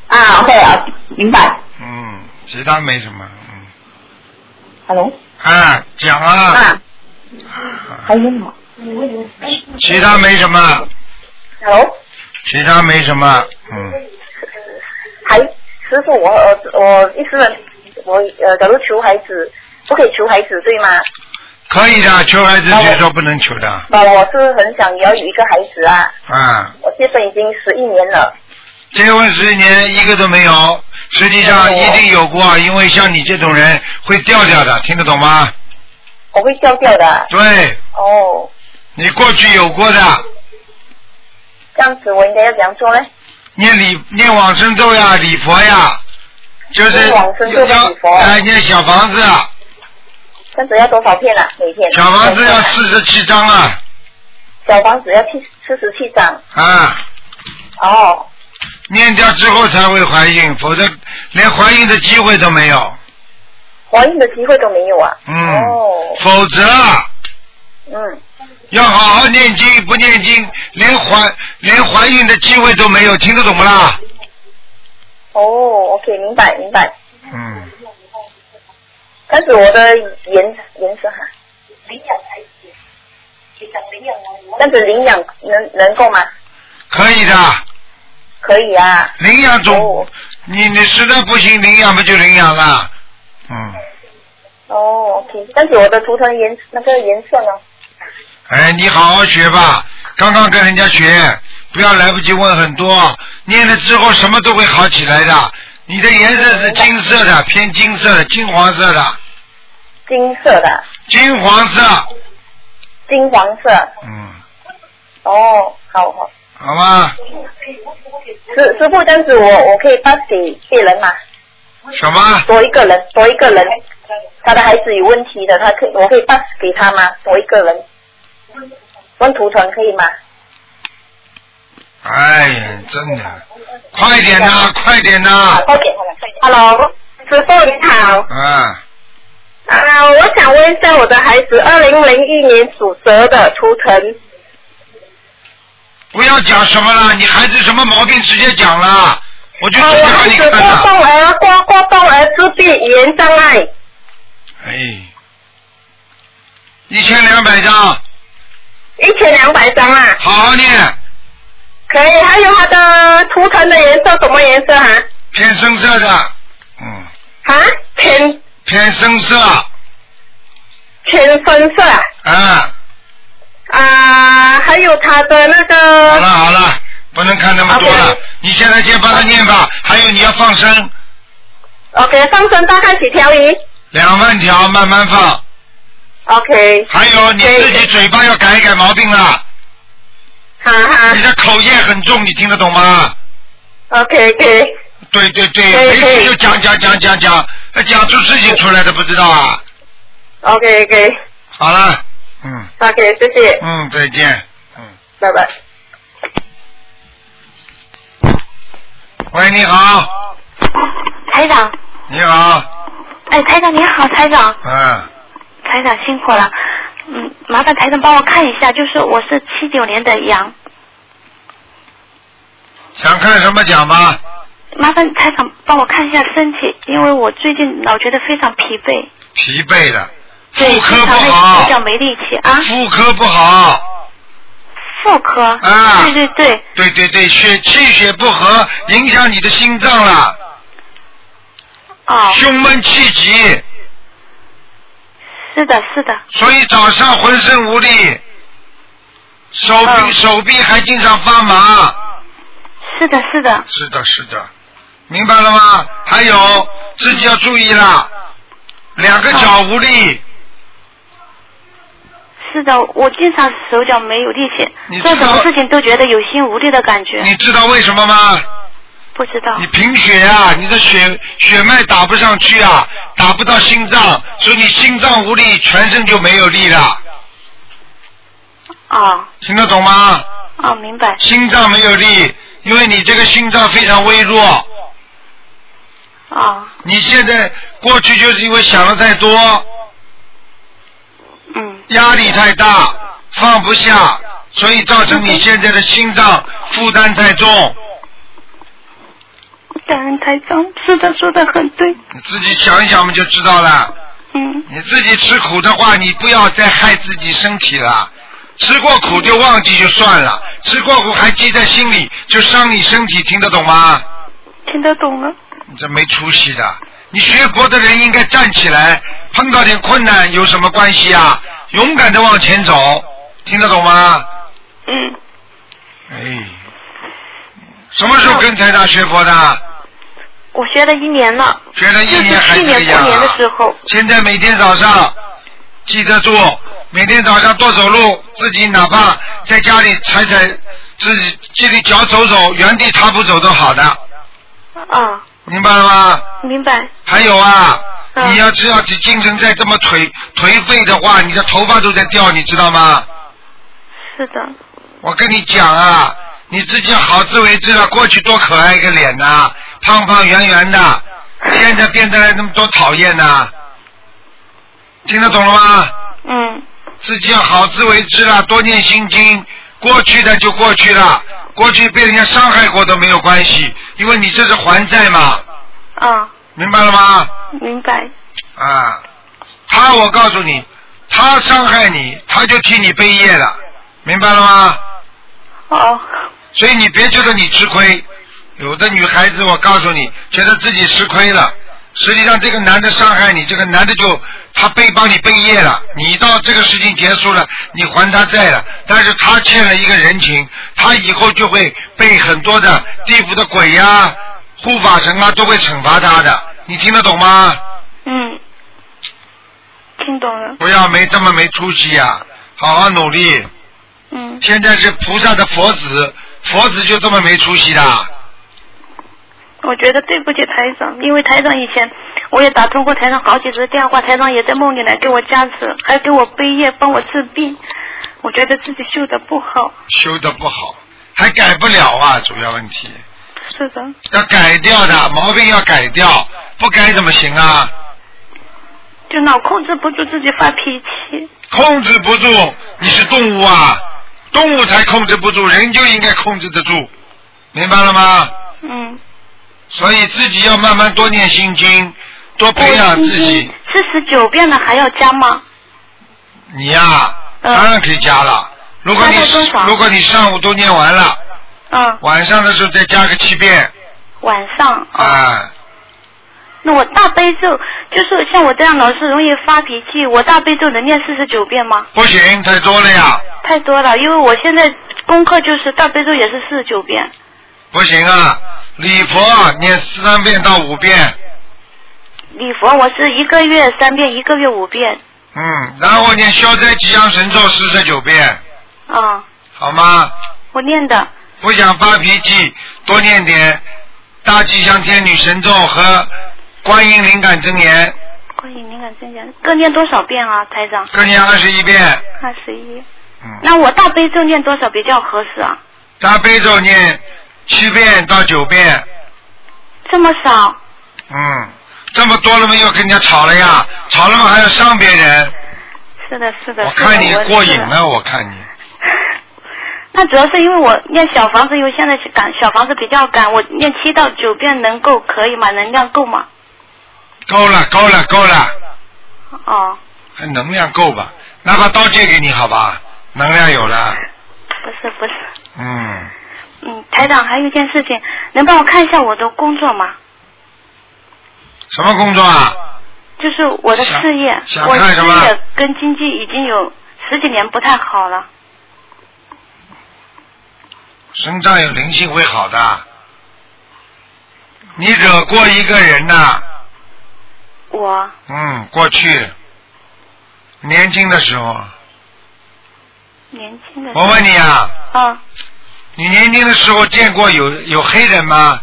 Speaker 8: 啊，OK 啊，明白
Speaker 1: 嗯，其他没什么。嗯，
Speaker 8: ，Hello，
Speaker 1: 啊，讲啊，
Speaker 8: 啊，还有什么
Speaker 1: 其他没什么，
Speaker 8: ？Hello，
Speaker 1: 其他没什么。嗯，
Speaker 8: 还师傅，我儿子，我一直我呃，假如求孩子，不可以求孩子对吗？
Speaker 1: 可以的，求孩子谁说不能求的？
Speaker 8: 啊，我是很想要有一个孩子啊，
Speaker 1: 啊，
Speaker 8: 我结婚已经十一年了，
Speaker 1: 结婚十年一个都没有，实际
Speaker 8: 哦
Speaker 1: 上一定有过，因为像你这种人会掉掉的，听得懂吗？
Speaker 8: 我会掉掉的啊，
Speaker 1: 对，
Speaker 8: 哦，
Speaker 1: 你过去有过的，
Speaker 8: 这样子我应该要怎样做呢？
Speaker 1: 念礼念往生咒呀，礼佛呀，就是
Speaker 8: 念往生咒
Speaker 1: 要
Speaker 8: 礼佛
Speaker 1: 哎念小房子，啊，
Speaker 8: 这样子要多少片啊？每天？
Speaker 1: 小房子要四十七张啊
Speaker 8: 小房子要七四十七张。
Speaker 1: 啊，
Speaker 8: 哦，
Speaker 1: 念掉之后才会怀孕，否则连怀孕的机会都没有。
Speaker 8: 怀孕的机会都没有啊。
Speaker 1: 嗯，
Speaker 8: 哦，
Speaker 1: 否则
Speaker 8: 嗯，
Speaker 1: 要好好念经，不念经连怀连怀孕的机会都没有，听得懂不啦？
Speaker 8: 哦，OK，明白明白。
Speaker 1: 嗯，
Speaker 8: 但是我的颜颜色哈，但是领养能能够吗？
Speaker 1: 可以的，
Speaker 8: 可以啊。
Speaker 1: 领养总
Speaker 8: 哦，
Speaker 1: 你你实在不行领养嘛就领养了，嗯。
Speaker 8: 哦，OK，但是我的图腾颜那个颜色呢？
Speaker 1: 哎，你好好学吧，刚刚跟人家学，不要来不及问很多，念了之后什么都会好起来的。你的颜色是金色的，偏金色的，金黄色的，
Speaker 8: 金色的，
Speaker 1: 金黄色，
Speaker 8: 金黄色。
Speaker 1: 嗯，
Speaker 8: 哦，好好。
Speaker 1: 好吗？
Speaker 8: 师师傅，但是我我可以 pass 给别人吗？
Speaker 1: 什么？
Speaker 8: 多一个人，多一个人，他的孩子有问题的，他可以，我可以 pass 给他吗？多一个人，问图腾可以吗？
Speaker 1: 哎呀，真的，快点呐，快点呐，
Speaker 8: 快点，Hello，师傅你好，
Speaker 1: 啊，
Speaker 8: 啊，我想问一下我的孩子，二零零一年属蛇的图腾，
Speaker 1: 不要讲什么了，你孩子什么毛病直接讲了，我就
Speaker 8: 啊，
Speaker 1: 直
Speaker 8: 我
Speaker 1: 接
Speaker 8: 孩
Speaker 1: 给你
Speaker 8: 子
Speaker 1: 看
Speaker 8: 过
Speaker 1: 了。
Speaker 8: 动儿过过动儿自闭语言障碍，
Speaker 1: 哎，一千两百张，好
Speaker 8: 一千两百张啊，
Speaker 1: 好念，
Speaker 8: 可以。还有它的图腾的颜色什么颜色啊？
Speaker 1: 偏深色的，嗯，
Speaker 8: 啊，浅
Speaker 1: 偏深色，
Speaker 8: 浅深色啊
Speaker 1: 啊，
Speaker 8: 啊，还有它的那
Speaker 1: 好了
Speaker 8: 个
Speaker 1: 好了，不能看那么多了
Speaker 8: OK，
Speaker 1: 你现在先帮他念吧，还有你要放生
Speaker 8: ，OK，放生大概几条鱼
Speaker 1: 两万条，啊慢慢放，
Speaker 8: ？OK，
Speaker 1: 还有你自己嘴巴要改一改毛病了，
Speaker 8: 哈哈
Speaker 1: 你的口业很重，你听得懂吗？
Speaker 8: ，OK OK，
Speaker 1: 对对对，
Speaker 8: 对
Speaker 1: 没
Speaker 8: 对
Speaker 1: 事就讲讲讲讲讲，哎讲出事情出来的不知道啊。
Speaker 8: OK OK
Speaker 1: 好了，嗯
Speaker 8: OK，谢谢，
Speaker 1: 嗯，再见。
Speaker 8: 拜拜。
Speaker 1: 喂，你好，
Speaker 9: 台长，
Speaker 1: 你好，
Speaker 9: 哎，台长您好，台长，
Speaker 1: 嗯，
Speaker 9: 台长辛苦了，嗯，麻烦台长帮我看一下，就是我是七九年的羊，
Speaker 1: 想看什么讲吧？
Speaker 9: 麻烦台长帮我看一下身体，因为我最近老觉得非常疲惫，
Speaker 1: 疲惫的，
Speaker 9: 对，
Speaker 1: 妇科
Speaker 9: 经
Speaker 1: 不
Speaker 9: 常会
Speaker 1: 好
Speaker 9: 比，较没力气啊，
Speaker 1: 妇科不好，
Speaker 9: 妇科，
Speaker 1: 啊
Speaker 9: 对对对，
Speaker 1: 对对对，血气血不和，影响你的心脏了，
Speaker 9: 哦，
Speaker 1: 胸闷气急，
Speaker 9: 是的，是的，
Speaker 1: 所以早上浑身无力，手臂、
Speaker 9: 嗯
Speaker 1: 手臂还经常发麻。
Speaker 9: 是的，是的，
Speaker 1: 是的，是的，明白了吗？还有自己要注意啦，两个脚无力，
Speaker 9: 是的，我经常手脚没有力
Speaker 1: 你
Speaker 9: 气，
Speaker 1: 知道
Speaker 9: 做什么事情都觉得有心无力的感觉，
Speaker 1: 你知道为什么吗？
Speaker 9: 不知道
Speaker 1: 你，贫血啊，你的血血脉打不上去啊，打不到心脏，所以你心脏无力，全身就没有力了，
Speaker 9: 哦，
Speaker 1: 听得懂吗？
Speaker 9: 哦，明白，
Speaker 1: 心脏没有力，因为你这个心脏非常微弱，
Speaker 9: 哦，
Speaker 1: 你现在过去就是因为想的太多，
Speaker 9: 嗯，
Speaker 1: 压力太大，放不下，所以造成你现在的心脏负担太重。
Speaker 9: 感恩台长，是的，说的很对。
Speaker 1: 你自己想一想嘛，就知道了。
Speaker 9: 嗯，
Speaker 1: 你自己吃苦的话，你不要再害自己身体了。吃过苦就忘记就算了，吃过苦还记在心里，就伤你身体，听得懂吗？
Speaker 9: 听得懂啊了。
Speaker 1: 你这没出息的！你学佛的人应该站起来，碰到点困难有什么关系啊？勇敢的往前走，听得懂吗？
Speaker 9: 嗯，
Speaker 1: 哎，什么时候跟台长学佛的？
Speaker 9: 我学了一年了，
Speaker 1: 学了一年还
Speaker 9: 就是去
Speaker 1: 这个
Speaker 9: 年
Speaker 1: 样、
Speaker 9: 过
Speaker 1: 啊。
Speaker 9: 年的时候
Speaker 1: 现在每天早上记得住，每天早上多走路，自己哪怕在家里踩踩，自己自己脚走走，原地踏步走都好的，
Speaker 10: 哦
Speaker 9: 啊，
Speaker 1: 明白了吗？
Speaker 9: 明白。
Speaker 1: 还有啊，
Speaker 9: 嗯
Speaker 1: 你要知道，你精神再这么颓颓废的话，你的头发都在掉，你知道吗？
Speaker 9: 是的，
Speaker 1: 我跟你讲啊，你自己好自为之了。过去多可爱一个脸呐、胖胖圆圆的，现在变得来那么多讨厌呐、听得懂了吗？
Speaker 9: 嗯，
Speaker 1: 自己要好自为之了，多念心经。过去的就过去了，过去被人家伤害过都没有关系，因为你这是还债嘛，
Speaker 9: 啊，
Speaker 1: 明白了吗？
Speaker 9: 明白。
Speaker 1: 啊，他我告诉你，他伤害你，他就替你背业了，明白了吗？
Speaker 9: 哦，
Speaker 1: 所以你别觉得你吃亏，有的女孩子我告诉你，觉得自己吃亏了，实际上这个男的伤害你，这个男的就他背帮你背业了，你到这个事情结束了，你还他债了，但是他欠了一个人情，他以后就会被很多的地府的鬼呀、护法神啊都会惩罚他的，你听得懂吗？
Speaker 9: 嗯，听懂了。
Speaker 1: 不要没这么没出息呀、好好努力。
Speaker 9: 嗯，
Speaker 1: 现在是菩萨的佛子，佛子就这么没出息的。
Speaker 9: 我觉得对不起台长，因为台长以前我也打通过台长好几次电话，台长也在梦里来给我加持，还给我背业，帮我治病。我觉得自己修的不好。
Speaker 1: 修的不好，还改不了啊，主要问题
Speaker 9: 是的，
Speaker 1: 要改掉的毛病要改掉，不改怎么行啊？
Speaker 9: 就老控制不住自己发脾气。
Speaker 1: 控制不住，你是动物啊，动物才控制不住，人就应该控制得住，明白了吗？
Speaker 9: 嗯。
Speaker 1: 所以自己要慢慢多念心经，多培养自己。
Speaker 9: 四十九遍了还要加吗？
Speaker 1: 你呀、当然可以加了。如果你
Speaker 9: 加到嗯多少
Speaker 1: 如果你上午都念完了，
Speaker 9: 嗯，
Speaker 1: 晚上的时候再加个七遍
Speaker 9: 晚上
Speaker 1: 啊，
Speaker 9: 那我大悲咒就是像我这样老是容易发脾气，我大悲咒能念四十九遍吗？
Speaker 1: 不行，太多了呀，
Speaker 9: 太多了，因为我现在功课就是大悲咒也是四十九遍，
Speaker 1: 不行啊。礼佛念三遍到五遍，
Speaker 9: 礼佛我是一个月三遍，一个月五遍，
Speaker 1: 嗯，然后念消灾吉祥神咒四十九遍，
Speaker 9: 啊、
Speaker 1: 好吗？
Speaker 9: 我念的，
Speaker 1: 不想发脾气，多念点大吉祥天女神咒和观音灵感真言，
Speaker 9: 关于敏感增加，各念多少遍啊，台长？
Speaker 1: 各念二十一遍。
Speaker 9: 二十一。
Speaker 1: 嗯，
Speaker 9: 那我大悲咒念多少比较合适啊？
Speaker 1: 大悲咒念七遍到九遍。
Speaker 9: 这么少，
Speaker 1: 嗯，这么多了嘛，又跟人家吵了呀，吵了嘛还要伤别人，
Speaker 9: 是的，是的。
Speaker 1: 我看你
Speaker 9: 是的
Speaker 1: 过瘾。
Speaker 9: 我是的
Speaker 1: 了，我看你。
Speaker 9: 那主要是因为我念小房子，因为现在是赶小房子比较赶，我念七到九遍能够可以吗？能量够吗？
Speaker 1: 够了，够了，够了，
Speaker 9: 哦，
Speaker 1: 还能量够吧？拿把刀借给你好吧？能量有了，
Speaker 9: 不是不是，
Speaker 1: 嗯，
Speaker 9: 嗯，台长还有一件事情，能帮我看一下我的工作吗？
Speaker 1: 什么工作啊？
Speaker 9: 就是我的事业，
Speaker 1: 想想
Speaker 9: 我
Speaker 1: 看什
Speaker 9: 事
Speaker 1: 么
Speaker 9: 业跟经济已经有十几年不太好了。
Speaker 1: 身上有灵性会好的。你惹过一个人呐、
Speaker 9: 我
Speaker 1: 嗯，过去年轻的时候，
Speaker 9: 年轻的时
Speaker 1: 我
Speaker 9: 候，
Speaker 1: 问你啊，
Speaker 9: 啊，
Speaker 1: 你年轻的时候见过有有黑人吗？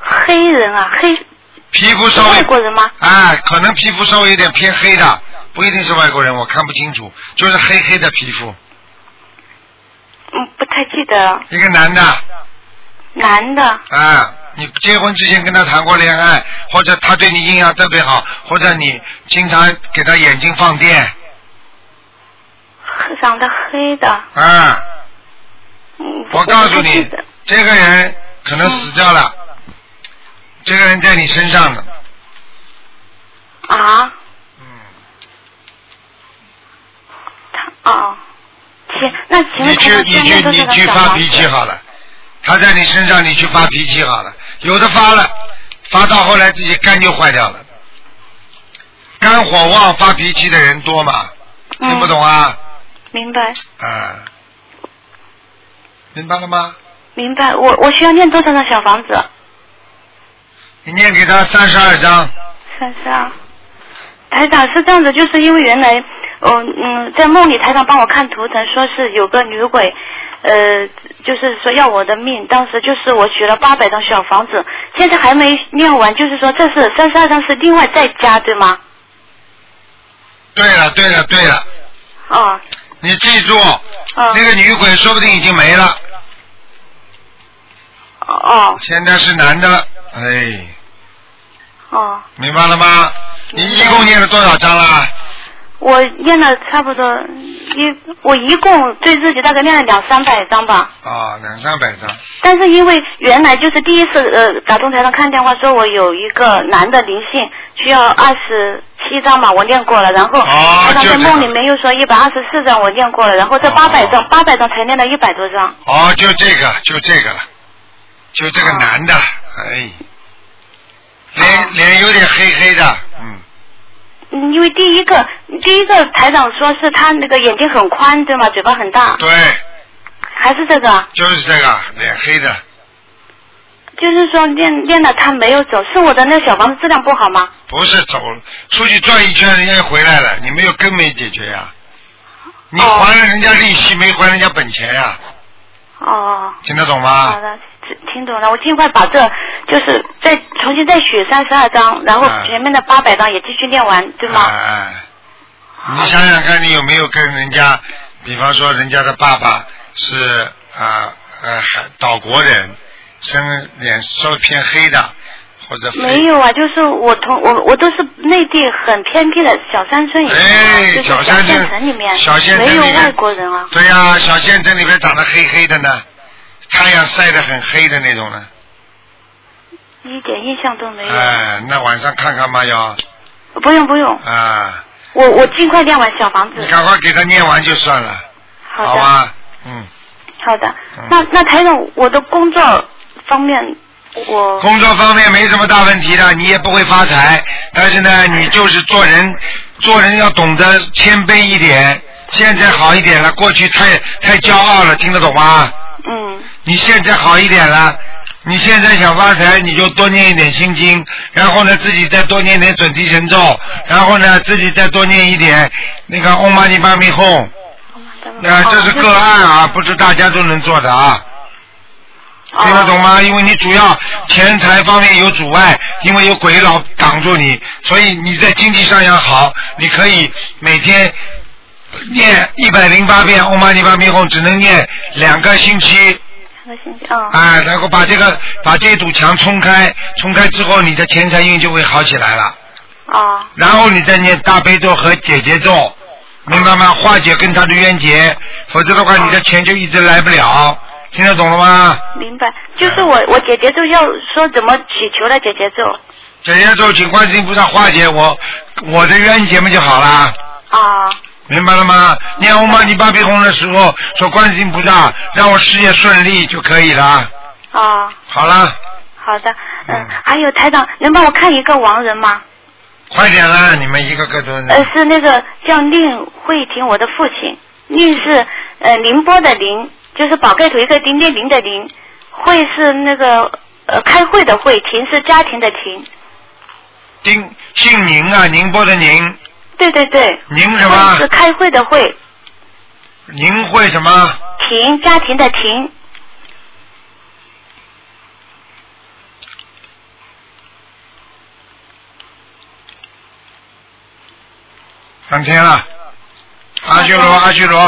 Speaker 9: 黑人啊，黑
Speaker 1: 皮肤
Speaker 9: 是
Speaker 1: 稍
Speaker 9: 外
Speaker 1: 微
Speaker 9: 国人吗？
Speaker 1: 哎，可能皮肤稍微有点偏黑的，不一定是外国人，我看不清楚，就是黑黑的皮肤，
Speaker 9: 嗯，不太记得了。
Speaker 1: 一个男的，
Speaker 9: 男的，
Speaker 1: 啊，你结婚之前跟他谈过恋爱，或者他对你印象特别好，或者你经常给他眼睛放电，
Speaker 9: 黑长得黑的。
Speaker 1: 啊，
Speaker 9: 嗯，
Speaker 1: 我告诉
Speaker 9: 不太记
Speaker 1: 你
Speaker 9: 得，嗯
Speaker 1: 这个人可能死掉了，这个人在你身上的，
Speaker 9: 啊，
Speaker 1: 嗯，
Speaker 9: 他哦，行，那请
Speaker 1: 你
Speaker 9: 问
Speaker 1: 去
Speaker 9: 他
Speaker 1: 你
Speaker 9: 现
Speaker 1: 去
Speaker 9: 在都
Speaker 1: 你
Speaker 9: 是
Speaker 1: 去
Speaker 9: 小
Speaker 1: 发
Speaker 9: 房
Speaker 1: 脾气
Speaker 9: 子？
Speaker 1: 好了，他在你身上你去发脾气好了，有的发了，发到后来自己肝就坏掉了，肝火旺发脾气的人多嘛，
Speaker 9: 嗯
Speaker 1: 听不懂啊？
Speaker 9: 明白，
Speaker 1: 啊，明白了吗？
Speaker 9: 明白。我我需要念多少张小房子？
Speaker 1: 你念给他三十二章，
Speaker 9: 三十二。台长是这样子，就是因为原来，嗯、嗯，在梦里台长帮我看图腾，说是有个女鬼，呃，就是说要我的命。当时就是我许了八百张小房子，现在还没念完，就是说这是三十二张是另外再加对吗？
Speaker 1: 对了对了对了，
Speaker 9: 哦，
Speaker 1: 你记住，
Speaker 9: 哦
Speaker 1: 那个女鬼说不定已经没了。
Speaker 9: 哦
Speaker 1: 现在是男的了，哎，
Speaker 9: 哦，
Speaker 1: 明白了吗？你一共念了多少章啦？
Speaker 9: 我念了差不多一，我一共对自己大概念了两三百张吧。
Speaker 1: 啊，两三百章。
Speaker 9: 但是因为原来就是第一次呃打通台上看电话说我有一个男的灵性需要二十七张嘛，我念过了，然后
Speaker 1: 哦
Speaker 9: 台长在
Speaker 1: 就这样
Speaker 9: 梦里面又说一百二十四张我念过了，然后这
Speaker 1: 哦
Speaker 9: 八百张八百张才念了一百多张，
Speaker 1: 哦，就这个，就这个了，就这个男的，哎，啊
Speaker 9: 哦
Speaker 1: 脸脸有点黑黑的，嗯，
Speaker 9: 嗯，因为第一个第一个台长说是他那个眼睛很宽对吗？嘴巴很大，
Speaker 1: 对，
Speaker 9: 还是这个，啊
Speaker 1: 就是这个脸黑的，
Speaker 9: 就是说念念了他没有走，是我的那小房子质量不好吗？
Speaker 1: 不是走出去转一圈，人家又回来了，你没有根没解决呀、你
Speaker 9: 哦
Speaker 1: 还了人家利息，没还人家本钱呀、
Speaker 9: 哦。
Speaker 1: 听得懂
Speaker 9: 好
Speaker 1: 吗？
Speaker 9: 的，听听懂了，我尽快把这就是再重新再许三十二章，然后
Speaker 1: 嗯
Speaker 9: 前面的八百章也继续念完，对吗？
Speaker 1: 哎哎，你想想看，你有没有跟人家，比方说人家的爸爸是啊呃还岛国人，身脸稍微偏黑的，或者
Speaker 9: 没。有啊，就是我同我我都是内地很偏僻的小山村里面啊，
Speaker 1: 哎
Speaker 9: 就，是
Speaker 1: 小
Speaker 9: 小
Speaker 1: 县
Speaker 9: 县城里面，
Speaker 1: 小县城
Speaker 9: 没
Speaker 1: 里
Speaker 9: 有
Speaker 1: 面
Speaker 9: 外国人啊。
Speaker 1: 对呀、小县城里面长得黑黑的呢，太阳晒得很黑的那种呢。
Speaker 9: 一点印象都没有。
Speaker 1: 嗯哎，那晚上看看嘛要
Speaker 9: 不用不用，
Speaker 1: 啊，
Speaker 9: 我我尽快练完小房
Speaker 1: 你
Speaker 9: 子。
Speaker 1: 赶快给他念完就算了，
Speaker 9: 好
Speaker 1: 好
Speaker 9: 的，
Speaker 1: 吧？嗯，
Speaker 9: 好的
Speaker 1: 嗯。
Speaker 9: 那那台长，我的工作方面，我
Speaker 1: 工作方面没什么大问题的，你也不会发财，但是呢，你就是做人，做人要懂得谦卑一点。现在好一点了，过去太太骄傲了，听得懂吗？
Speaker 9: 嗯
Speaker 1: 你现在好一点了，你现在想发财，你就多念一点心经，然后呢，自己再多念点准提神咒，然后呢，自己再多念一点那个嗡嘛呢叭咪吽，那这是个案啊，不是大家都能做的啊，听得懂吗？因为你主要钱财方面有阻碍，因为有鬼老挡住你，所以你在经济上要好，你可以每天。念一百零八遍嗡嘛呢叭咪吽，只能念两个星期，
Speaker 9: 两个星期啊。
Speaker 1: 啊，然后把这个把这堵墙冲开，冲开之后，你的钱财运就会好起来了。
Speaker 9: 啊
Speaker 1: 然后你再念大悲咒和解结咒，明白吗？化解跟他的冤结，否则的话，你的钱就一直来不了。听得懂了吗？
Speaker 9: 明白，就是
Speaker 1: 嗯
Speaker 9: 我我姐姐就要说怎么祈求的姐姐咒
Speaker 1: 解结咒请观世音菩萨化解我我的冤结嘛就好啦。
Speaker 9: 啊
Speaker 1: 明白了吗？念嗡嘛呢叭咪吽的时候，说观世音菩萨让我事业顺利就可以了。
Speaker 9: 啊，
Speaker 1: 好了，
Speaker 9: 好的，嗯
Speaker 1: 嗯，
Speaker 9: 还有台长能帮我看一个亡人吗？
Speaker 1: 快点啦，你们一个个都。
Speaker 9: 呃，是那个叫令慧婷，我的父亲，令是呃宁波的宁，就是宝盖头一个丁丁零的零，慧是那个呃开会的会，婷是家庭的庭，
Speaker 1: 丁姓宁啊，宁波的宁，
Speaker 9: 对对对，
Speaker 1: 宁什
Speaker 9: 慧
Speaker 1: 么
Speaker 9: 呃是？开会的会，
Speaker 1: 宁会什么？
Speaker 9: 庭家庭的庭，
Speaker 1: 上天了，
Speaker 9: 呃
Speaker 1: 阿修罗，阿修罗，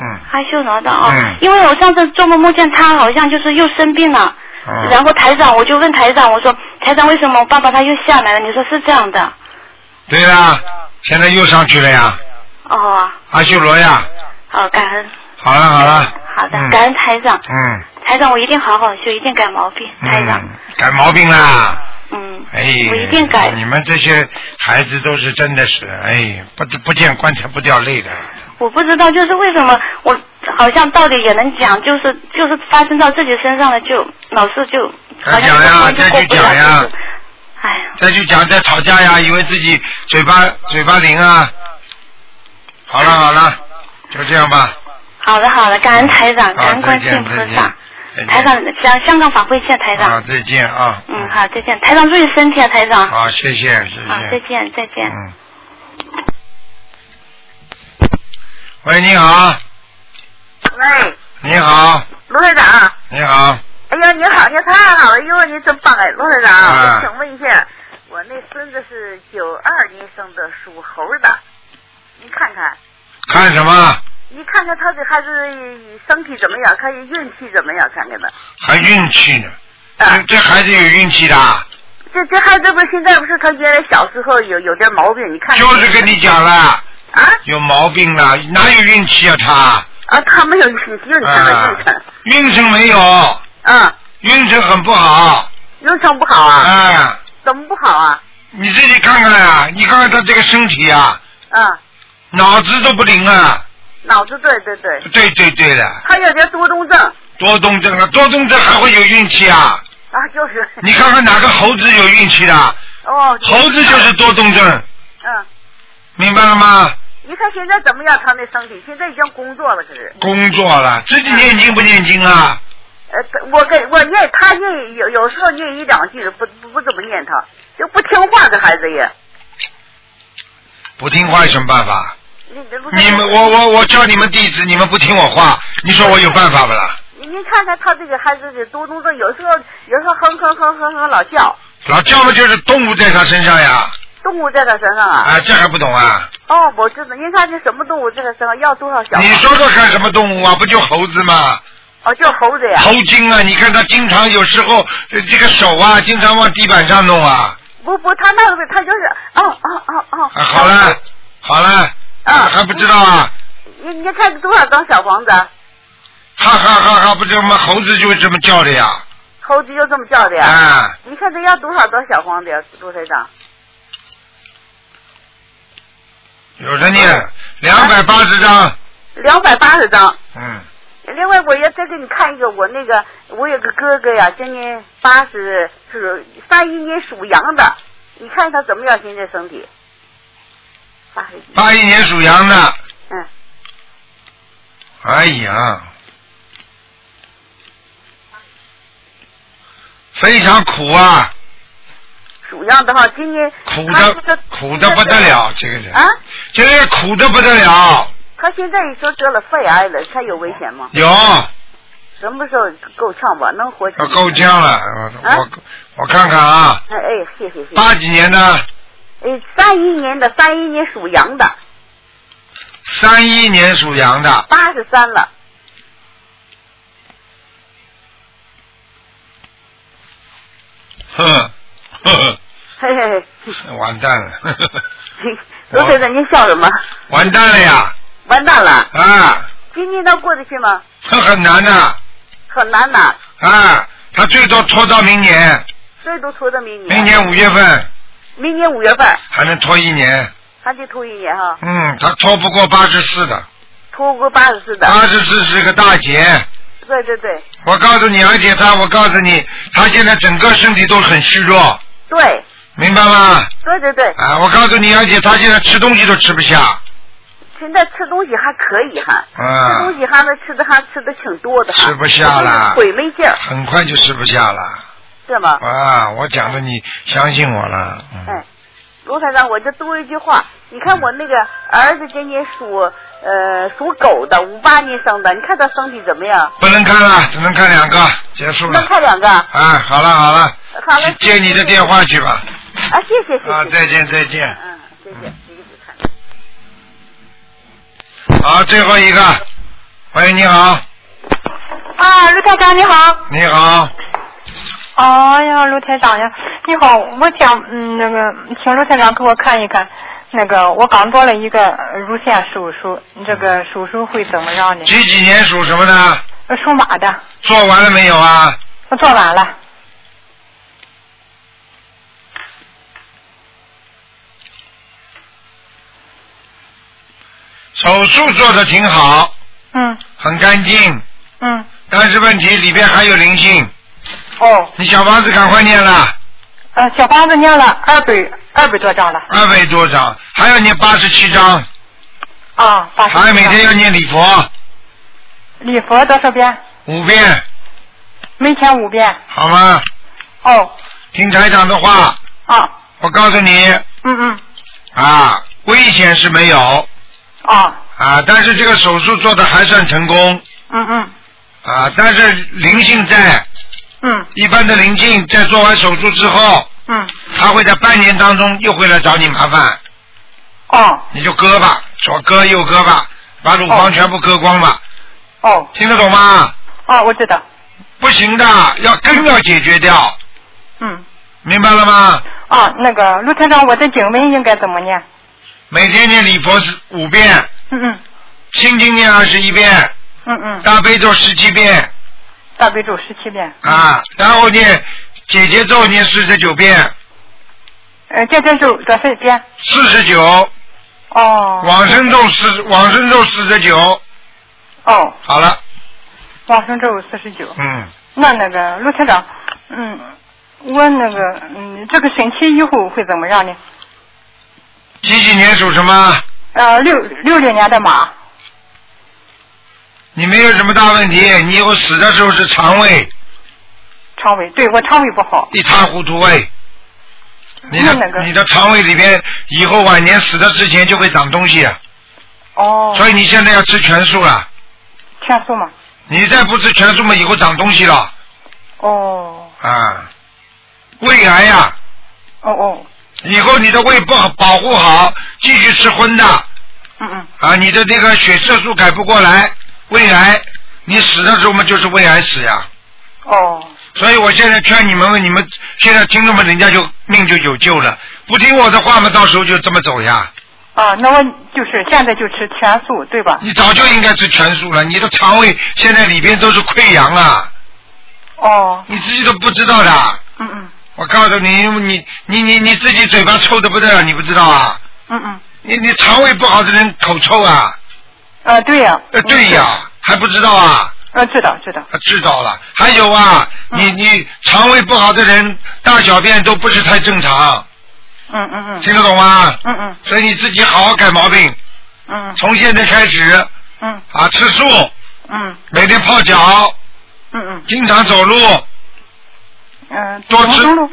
Speaker 1: 嗯
Speaker 9: 阿修罗的哦，
Speaker 1: 嗯
Speaker 9: 因为我上次做梦梦见他好像就是又生病了。然
Speaker 1: 嗯，
Speaker 9: 后台长，我就问台长，我说台长为什么我爸爸他又下来了？你说是这样的。
Speaker 1: 对啦，现在又上去了呀，
Speaker 9: 哦，
Speaker 1: 阿修罗呀，
Speaker 9: 好，感恩。
Speaker 1: 好了好了，
Speaker 9: 好的，
Speaker 1: 嗯
Speaker 9: 感恩台长，
Speaker 1: 嗯
Speaker 9: 台长我一定好好修，一定改毛病。台长，
Speaker 1: 嗯，改毛病啦，
Speaker 9: 哎嗯，
Speaker 1: 哎，
Speaker 9: 我一定改。
Speaker 1: 你们这些孩子都是真的是，哎，不不见棺材不掉泪的，
Speaker 9: 我不知道就是为什么我好像道理也能讲，就是就是发生到自己身上了，就老是就好
Speaker 1: 该
Speaker 9: 像
Speaker 1: 讲呀
Speaker 9: 这个关就
Speaker 1: 该去
Speaker 9: 过不了
Speaker 1: 讲呀
Speaker 9: 就是哎呀，
Speaker 1: 再去讲再吵架呀，以为自己嘴巴嘴巴灵啊，好了
Speaker 9: 嗯
Speaker 1: 好了，就这样吧，
Speaker 9: 好的好的，感恩台长，嗯感
Speaker 1: 好，
Speaker 9: 恩
Speaker 1: 再
Speaker 9: 观世音
Speaker 1: 见
Speaker 9: 菩
Speaker 1: 再
Speaker 9: 萨
Speaker 1: 见。，
Speaker 9: 台
Speaker 1: 再见，
Speaker 9: 长，香香港法会见台
Speaker 1: 好，
Speaker 9: 长。
Speaker 1: 再见啊，
Speaker 9: 嗯，好，再见，台长注意身体啊，台长。
Speaker 1: 好，谢谢，谢谢。
Speaker 9: 好，再见，再见。
Speaker 1: 嗯。喂，你好，
Speaker 11: 喂，
Speaker 1: 你好，
Speaker 11: 卢台长，
Speaker 1: 你好，
Speaker 11: 哎
Speaker 10: 嗯
Speaker 11: 呀，你好，你太好了，哟，你真棒哎，卢台长，
Speaker 1: 啊
Speaker 11: 我请问一下，我那孙子是九二年生的，属猴的，您看看，
Speaker 1: 看什么？
Speaker 11: 你看看他这孩子身体怎么样，看运气怎么样，看看他。
Speaker 1: 还运气呢？这
Speaker 11: 啊，
Speaker 1: 这孩子有运气的啊，
Speaker 11: 这这孩子不是现在不是他原来小时候有有点毛病，你看看
Speaker 1: 就是跟你讲了，
Speaker 11: 啊
Speaker 1: 有毛病了，哪有运气啊他？
Speaker 11: 啊，他没有运气，只有你看
Speaker 1: 啊
Speaker 11: 看运程，，
Speaker 1: 运程没有，
Speaker 11: 嗯，
Speaker 1: 运程很不好
Speaker 11: 运程不好啊，
Speaker 1: 啊。
Speaker 11: 怎么不好啊？
Speaker 1: 你自己看看啊，你看看他这个身体啊，
Speaker 11: 啊，
Speaker 1: 脑子都不灵啊。
Speaker 11: 脑子对对对，
Speaker 1: 对对对的，
Speaker 11: 他有点多动症
Speaker 1: 多动症啊，多动症还会有运气啊？
Speaker 11: 啊，就是
Speaker 1: 你看看哪个猴子有运气的？
Speaker 11: 哦，
Speaker 1: 猴子就是多动症，
Speaker 11: 嗯。
Speaker 1: 明白了吗？
Speaker 11: 你看现在怎么样？他那身体现在已经工作了，可是，嗯
Speaker 1: 工作了，自己念经不念经啊？
Speaker 11: 呃，我给我念他念有有时候念一两句，不不不怎么念他，就不听话这孩子也。
Speaker 1: 不听话有什么办法？
Speaker 11: 你
Speaker 1: 你们，我我我教你们弟子，你们不听我话，你说我有办法不啦？
Speaker 11: 您看看他这个孩子的多动症，有时候有时候哼哼哼哼哼老叫，
Speaker 1: 老叫嘛就是动物在他身上呀，
Speaker 11: 动物在他身上啊。
Speaker 1: 啊，这还不懂啊？
Speaker 11: 哦，我知道，您看这什么动物在他身上，要啊多少小
Speaker 1: 你
Speaker 11: 房？
Speaker 1: 说说看，什么动物啊？不就猴子吗？
Speaker 11: 哦，就是猴子呀。
Speaker 1: 猴精啊！你看他经常有时候呃这个手啊，经常往地板上弄啊。
Speaker 11: 不不，他那个他就是，哦哦哦哦。
Speaker 1: 啊，好了，好了，
Speaker 11: 啊
Speaker 1: 还不知道啊？
Speaker 11: 你你看多少张小房子啊？
Speaker 1: 哈哈哈哈！不这么猴子就这么叫的呀？
Speaker 11: 猴子就这么叫的呀？
Speaker 1: 啊，
Speaker 11: 你看这要多少张小黄的呀，陆台长？
Speaker 1: 有的念，
Speaker 11: 啊
Speaker 1: 两百八十张，
Speaker 11: 两百八十张。
Speaker 1: 嗯，
Speaker 11: 另外，我要再给你看一个，我那个我有个哥哥呀，今年八十，是三一年属羊的，你看他怎么样？现在身体？八十一，
Speaker 1: 八一年属羊的，
Speaker 11: 嗯，
Speaker 1: 哎呀，非常苦啊，
Speaker 11: 属羊的哈，今年
Speaker 1: 苦
Speaker 11: 他这
Speaker 1: 的
Speaker 11: 个
Speaker 1: 苦的不得了，这个人，
Speaker 11: 啊，
Speaker 1: 这个人苦的不得了，
Speaker 11: 他现在说得了肺癌了，他有危险吗？
Speaker 1: 有要
Speaker 11: 什么时候够呛吧？能活几年？
Speaker 1: 够呛了，我
Speaker 11: 啊
Speaker 1: 我我看看啊，
Speaker 11: 哎哎，谢谢谢谢。
Speaker 1: 八几年的，
Speaker 11: 哎，三一年的，三一年属羊的，
Speaker 1: 三一年属羊的，
Speaker 11: 八十三了。
Speaker 1: 哼，呵呵
Speaker 11: 嘿 嘿嘿，
Speaker 1: 完蛋了，呵呵
Speaker 11: 罗先
Speaker 1: 哦
Speaker 11: 生，您 笑什么？
Speaker 1: 完蛋了呀！
Speaker 11: 完蛋了！
Speaker 1: 啊，
Speaker 11: 今年能过得去吗？
Speaker 1: 这很难呐、
Speaker 11: 很难呐，
Speaker 1: 啊！他最多拖到明年，
Speaker 11: 最多拖到明年。
Speaker 1: 明年五月份
Speaker 11: 明年五月份
Speaker 1: 还能拖一年。
Speaker 11: 还得拖一年哈，
Speaker 1: 嗯，他拖不过八十四的，
Speaker 11: 拖过八十四的。
Speaker 1: 八十四是个大劫。
Speaker 11: 对对对
Speaker 1: 我告诉你，而且他，我告诉你，他现在整个身体都很虚弱，
Speaker 11: 对
Speaker 1: 明白吗？
Speaker 11: 对对对，
Speaker 1: 啊，我告诉你，而且他现在吃东西都吃不下，
Speaker 11: 现在吃东西还可以哈，吃
Speaker 1: 啊
Speaker 11: 东，西还能吃的还吃的挺多的哈，
Speaker 1: 吃不下了
Speaker 11: 腿没劲儿，
Speaker 1: 很快就吃不下了。
Speaker 11: 是吗？
Speaker 1: 啊，我讲的你相信我了。嗯
Speaker 11: 哎，罗台长，我就多一句话，你看我那个儿子今年属呃属狗的，五八年生的，你看他身体怎么样？
Speaker 1: 不能看了，只能看两个，结束了
Speaker 11: 能。看两个？
Speaker 1: 啊，好了好了，
Speaker 11: 好了
Speaker 1: 去嗯接你的电话去吧。
Speaker 11: 啊，谢谢谢谢。
Speaker 1: 啊，再见再见。
Speaker 11: 嗯，谢谢，谢谢看。
Speaker 1: 好，最后一个。喂，你好，
Speaker 10: 啊，陆台长你好。
Speaker 1: 你好，
Speaker 10: 哎呀，陆台长呀，你好，我想嗯那个，请陆台长给我看一看，那个我刚做了一个呃乳腺手术，这个手术会怎么样呢？
Speaker 1: 几几年属什么的？
Speaker 10: 呃属马的，
Speaker 1: 做完了没有啊？
Speaker 10: 我做完了。
Speaker 1: 手术做的挺好，
Speaker 10: 嗯
Speaker 1: 很干净，
Speaker 10: 嗯，
Speaker 1: 但是问题里边还有灵性。
Speaker 10: 哦，
Speaker 1: 你小房子赶快念了，
Speaker 10: 呃，小房子念了二百二百多张了
Speaker 1: 二百多张，还要念八十七张，
Speaker 10: 啊，八十多
Speaker 1: 还
Speaker 10: 张
Speaker 1: 每天要念礼佛
Speaker 10: 礼佛多少遍？
Speaker 1: 五遍，
Speaker 10: 每天五遍。
Speaker 1: 好吗？
Speaker 10: 哦，
Speaker 1: 听台长的话，
Speaker 10: 啊，
Speaker 1: 我告诉你
Speaker 10: 嗯嗯，
Speaker 1: 啊，危险是没有
Speaker 10: 啊，
Speaker 1: 啊，但是这个手术做的还算成功
Speaker 10: 嗯嗯
Speaker 1: 啊，但是灵性在，
Speaker 10: 嗯
Speaker 1: 一般的灵性在做完手术之后，
Speaker 10: 嗯，
Speaker 1: 他会在半年当中又会来找你麻烦，
Speaker 10: 哦
Speaker 1: 你就割吧，左割右割吧，把乳房全部割光吧，
Speaker 10: 哦
Speaker 1: 听得懂吗？
Speaker 10: 哦，我知道，
Speaker 1: 不行的，要根要解决掉，
Speaker 10: 嗯。
Speaker 1: 明白了吗？
Speaker 10: 啊，那个陆团长，我的经文应该怎么念？
Speaker 1: 每天念礼佛是五遍，
Speaker 10: 嗯嗯
Speaker 1: 心经念二十一遍，
Speaker 10: 嗯嗯，
Speaker 1: 大悲咒十七遍。
Speaker 10: 大悲咒十七遍，
Speaker 1: 啊，然后念姐姐咒念四十九遍，
Speaker 10: 呃，这真咒多少遍？
Speaker 1: 四十九，
Speaker 10: 哦
Speaker 1: 往生咒四往生咒四十九，
Speaker 10: 哦，
Speaker 1: 好了，
Speaker 10: 往生咒四十九。
Speaker 1: 嗯，
Speaker 10: 那那个陆团长，嗯，我那个嗯，这个身体以后会怎么样呢？
Speaker 1: 几几年属什么？
Speaker 10: 呃，六六零年的马，
Speaker 1: 你没有什么大问题，你以后死的时候是肠胃
Speaker 10: 肠胃，对我肠胃不好。
Speaker 1: 一塌糊涂胃，你的、
Speaker 10: 那那个
Speaker 1: 你的肠胃里边以后晚年死的之前就会长东西，啊
Speaker 10: 哦，
Speaker 1: 所以你现在要吃全素了，
Speaker 10: 全素嘛。
Speaker 1: 你再不吃全素嘛，以后长东西了
Speaker 10: 哦
Speaker 1: 啊，胃癌呀、
Speaker 10: 哦哦，
Speaker 1: 以后你的胃不好保护好，继续吃荤的。
Speaker 10: 嗯嗯，
Speaker 1: 啊，你的这个血色素改不过来，胃癌，你死的时候嘛就是胃癌死呀。
Speaker 10: 哦
Speaker 1: 所以我现在劝你们们，你们现在听众们，人家就命就有救了。不听我的话嘛，到时候就这么走呀。
Speaker 10: 啊，那我就是现在就吃全素，对吧？
Speaker 1: 你早就应该吃全素了，你的肠胃现在里边都是溃疡啊，
Speaker 10: 哦，
Speaker 1: 你自己都不知道的。
Speaker 10: 嗯嗯
Speaker 1: 我告诉你，你你你你自己嘴巴臭的不得了，你不知道啊？
Speaker 10: 嗯嗯，
Speaker 1: 你你肠胃不好的人口臭啊？
Speaker 10: 呃，对呀、
Speaker 1: 呃，对呀、还不知道啊？
Speaker 10: 呃，知道知道。
Speaker 1: 啊知道了，还有啊，你你肠胃不好的人大小便都不是太正常，
Speaker 10: 嗯嗯嗯。
Speaker 1: 听得懂吗？
Speaker 10: 嗯嗯
Speaker 1: 所以你自己好好改毛病，
Speaker 10: 嗯
Speaker 1: 从现在开始
Speaker 10: 嗯
Speaker 1: 啊，吃素，
Speaker 10: 嗯
Speaker 1: 每天泡脚，
Speaker 10: 嗯嗯
Speaker 1: 经常走路，
Speaker 10: 嗯。
Speaker 1: 多吃
Speaker 10: 走路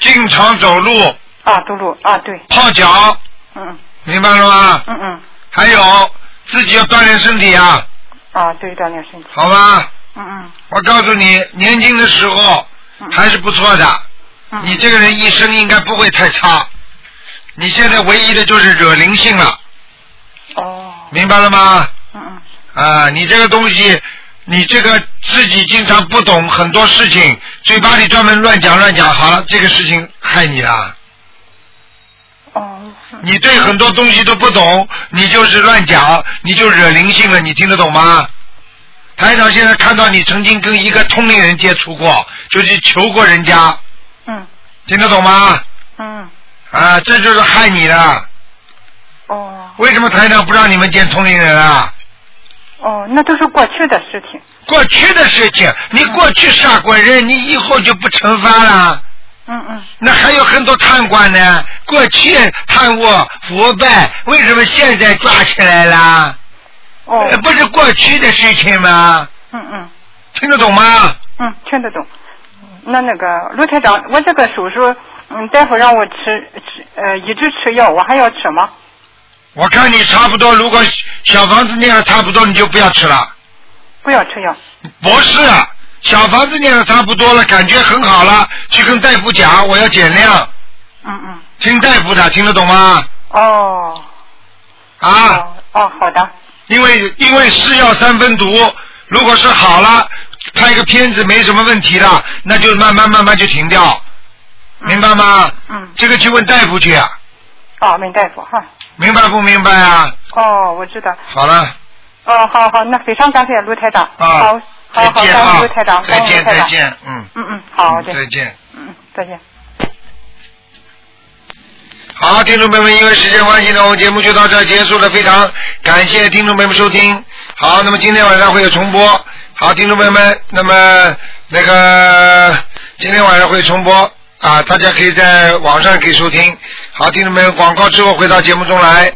Speaker 1: 经常走路，
Speaker 10: 啊，走路啊，对，
Speaker 1: 泡脚，
Speaker 10: 嗯
Speaker 1: 明白了吗？
Speaker 10: 嗯嗯
Speaker 1: 还有自己要锻炼身体啊，
Speaker 10: 啊，对，锻炼身体，
Speaker 1: 好吧？
Speaker 10: 嗯嗯
Speaker 1: 我告诉你，年轻的时候还是不错的，
Speaker 10: 嗯。
Speaker 1: 你这个人一生应该不会太差。你现在唯一的就是惹灵性了，
Speaker 10: 哦，
Speaker 1: 明白了吗？
Speaker 10: 嗯嗯
Speaker 1: 啊，你这个东西，你这个自己经常不懂很多事情，嘴巴里专门乱讲乱讲，好了，这个事情害你了。
Speaker 10: 哦，
Speaker 1: 你对很多东西都不懂，你就是乱讲，你就惹灵性了，你听得懂吗？台长现在看到你曾经跟一个通灵人接触过，就去求过人家，
Speaker 10: 嗯
Speaker 1: 听得懂吗？
Speaker 10: 嗯
Speaker 1: 啊，这就是害你的。
Speaker 10: 哦
Speaker 1: 为什么台长不让你们见同龄人啊？
Speaker 10: 哦，那都是过去的事情，
Speaker 1: 过去的事情，你过去杀过人，你以后就不惩罚了。
Speaker 10: 嗯嗯
Speaker 1: 那还有很多贪官呢，过去贪污腐败，为什么现在抓起来了？
Speaker 10: 哦，
Speaker 1: 呃不是过去的事情吗？
Speaker 10: 嗯嗯
Speaker 1: 听得懂吗？
Speaker 10: 嗯，听得懂。那那个卢台长，我这个手术，嗯，大夫让我吃吃呃一直吃药，我还要吃吗？
Speaker 1: 我看你差不多，如果小房子念的差不多，你就不要吃了。
Speaker 10: 不要吃药。
Speaker 1: 不是，小房子念的差不多了，感觉很好了，去跟大夫讲，我要减量。
Speaker 10: 嗯嗯。
Speaker 1: 听大夫的，听得懂吗？
Speaker 10: 哦。
Speaker 1: 啊，
Speaker 10: 哦哦，好的。
Speaker 1: 因为因为是药三分毒，如果是好了，拍个片子没什么问题了，那就慢慢慢慢就停掉，明白吗？
Speaker 10: 嗯。
Speaker 1: 这个去问大夫去，啊，
Speaker 10: 哦，问大夫哈。
Speaker 1: 明白不明白啊？
Speaker 10: 哦，我知道。
Speaker 1: 好了，
Speaker 10: 哦，好好，那非常感谢卢台长。
Speaker 1: 啊
Speaker 10: 好，好
Speaker 1: 再
Speaker 10: 好，
Speaker 1: 见
Speaker 10: 感
Speaker 1: 啊
Speaker 10: 谢卢台长，，
Speaker 1: 再
Speaker 10: 感谢
Speaker 1: 见
Speaker 10: 卢台
Speaker 1: 再
Speaker 10: 长。
Speaker 1: 见，嗯，
Speaker 10: 嗯嗯，好的。
Speaker 1: 再见。
Speaker 10: 嗯，再见。
Speaker 1: 好，听众朋友们，因为时间关系呢，我们节目就到这儿结束了。非常感谢听众朋友们收听。好，那么今天晚上会有重播。好，听众朋友们，那么那个今天晚上会重播啊，大家可以在网上可以收听。好，听众朋友们，广告之后回到节目中来。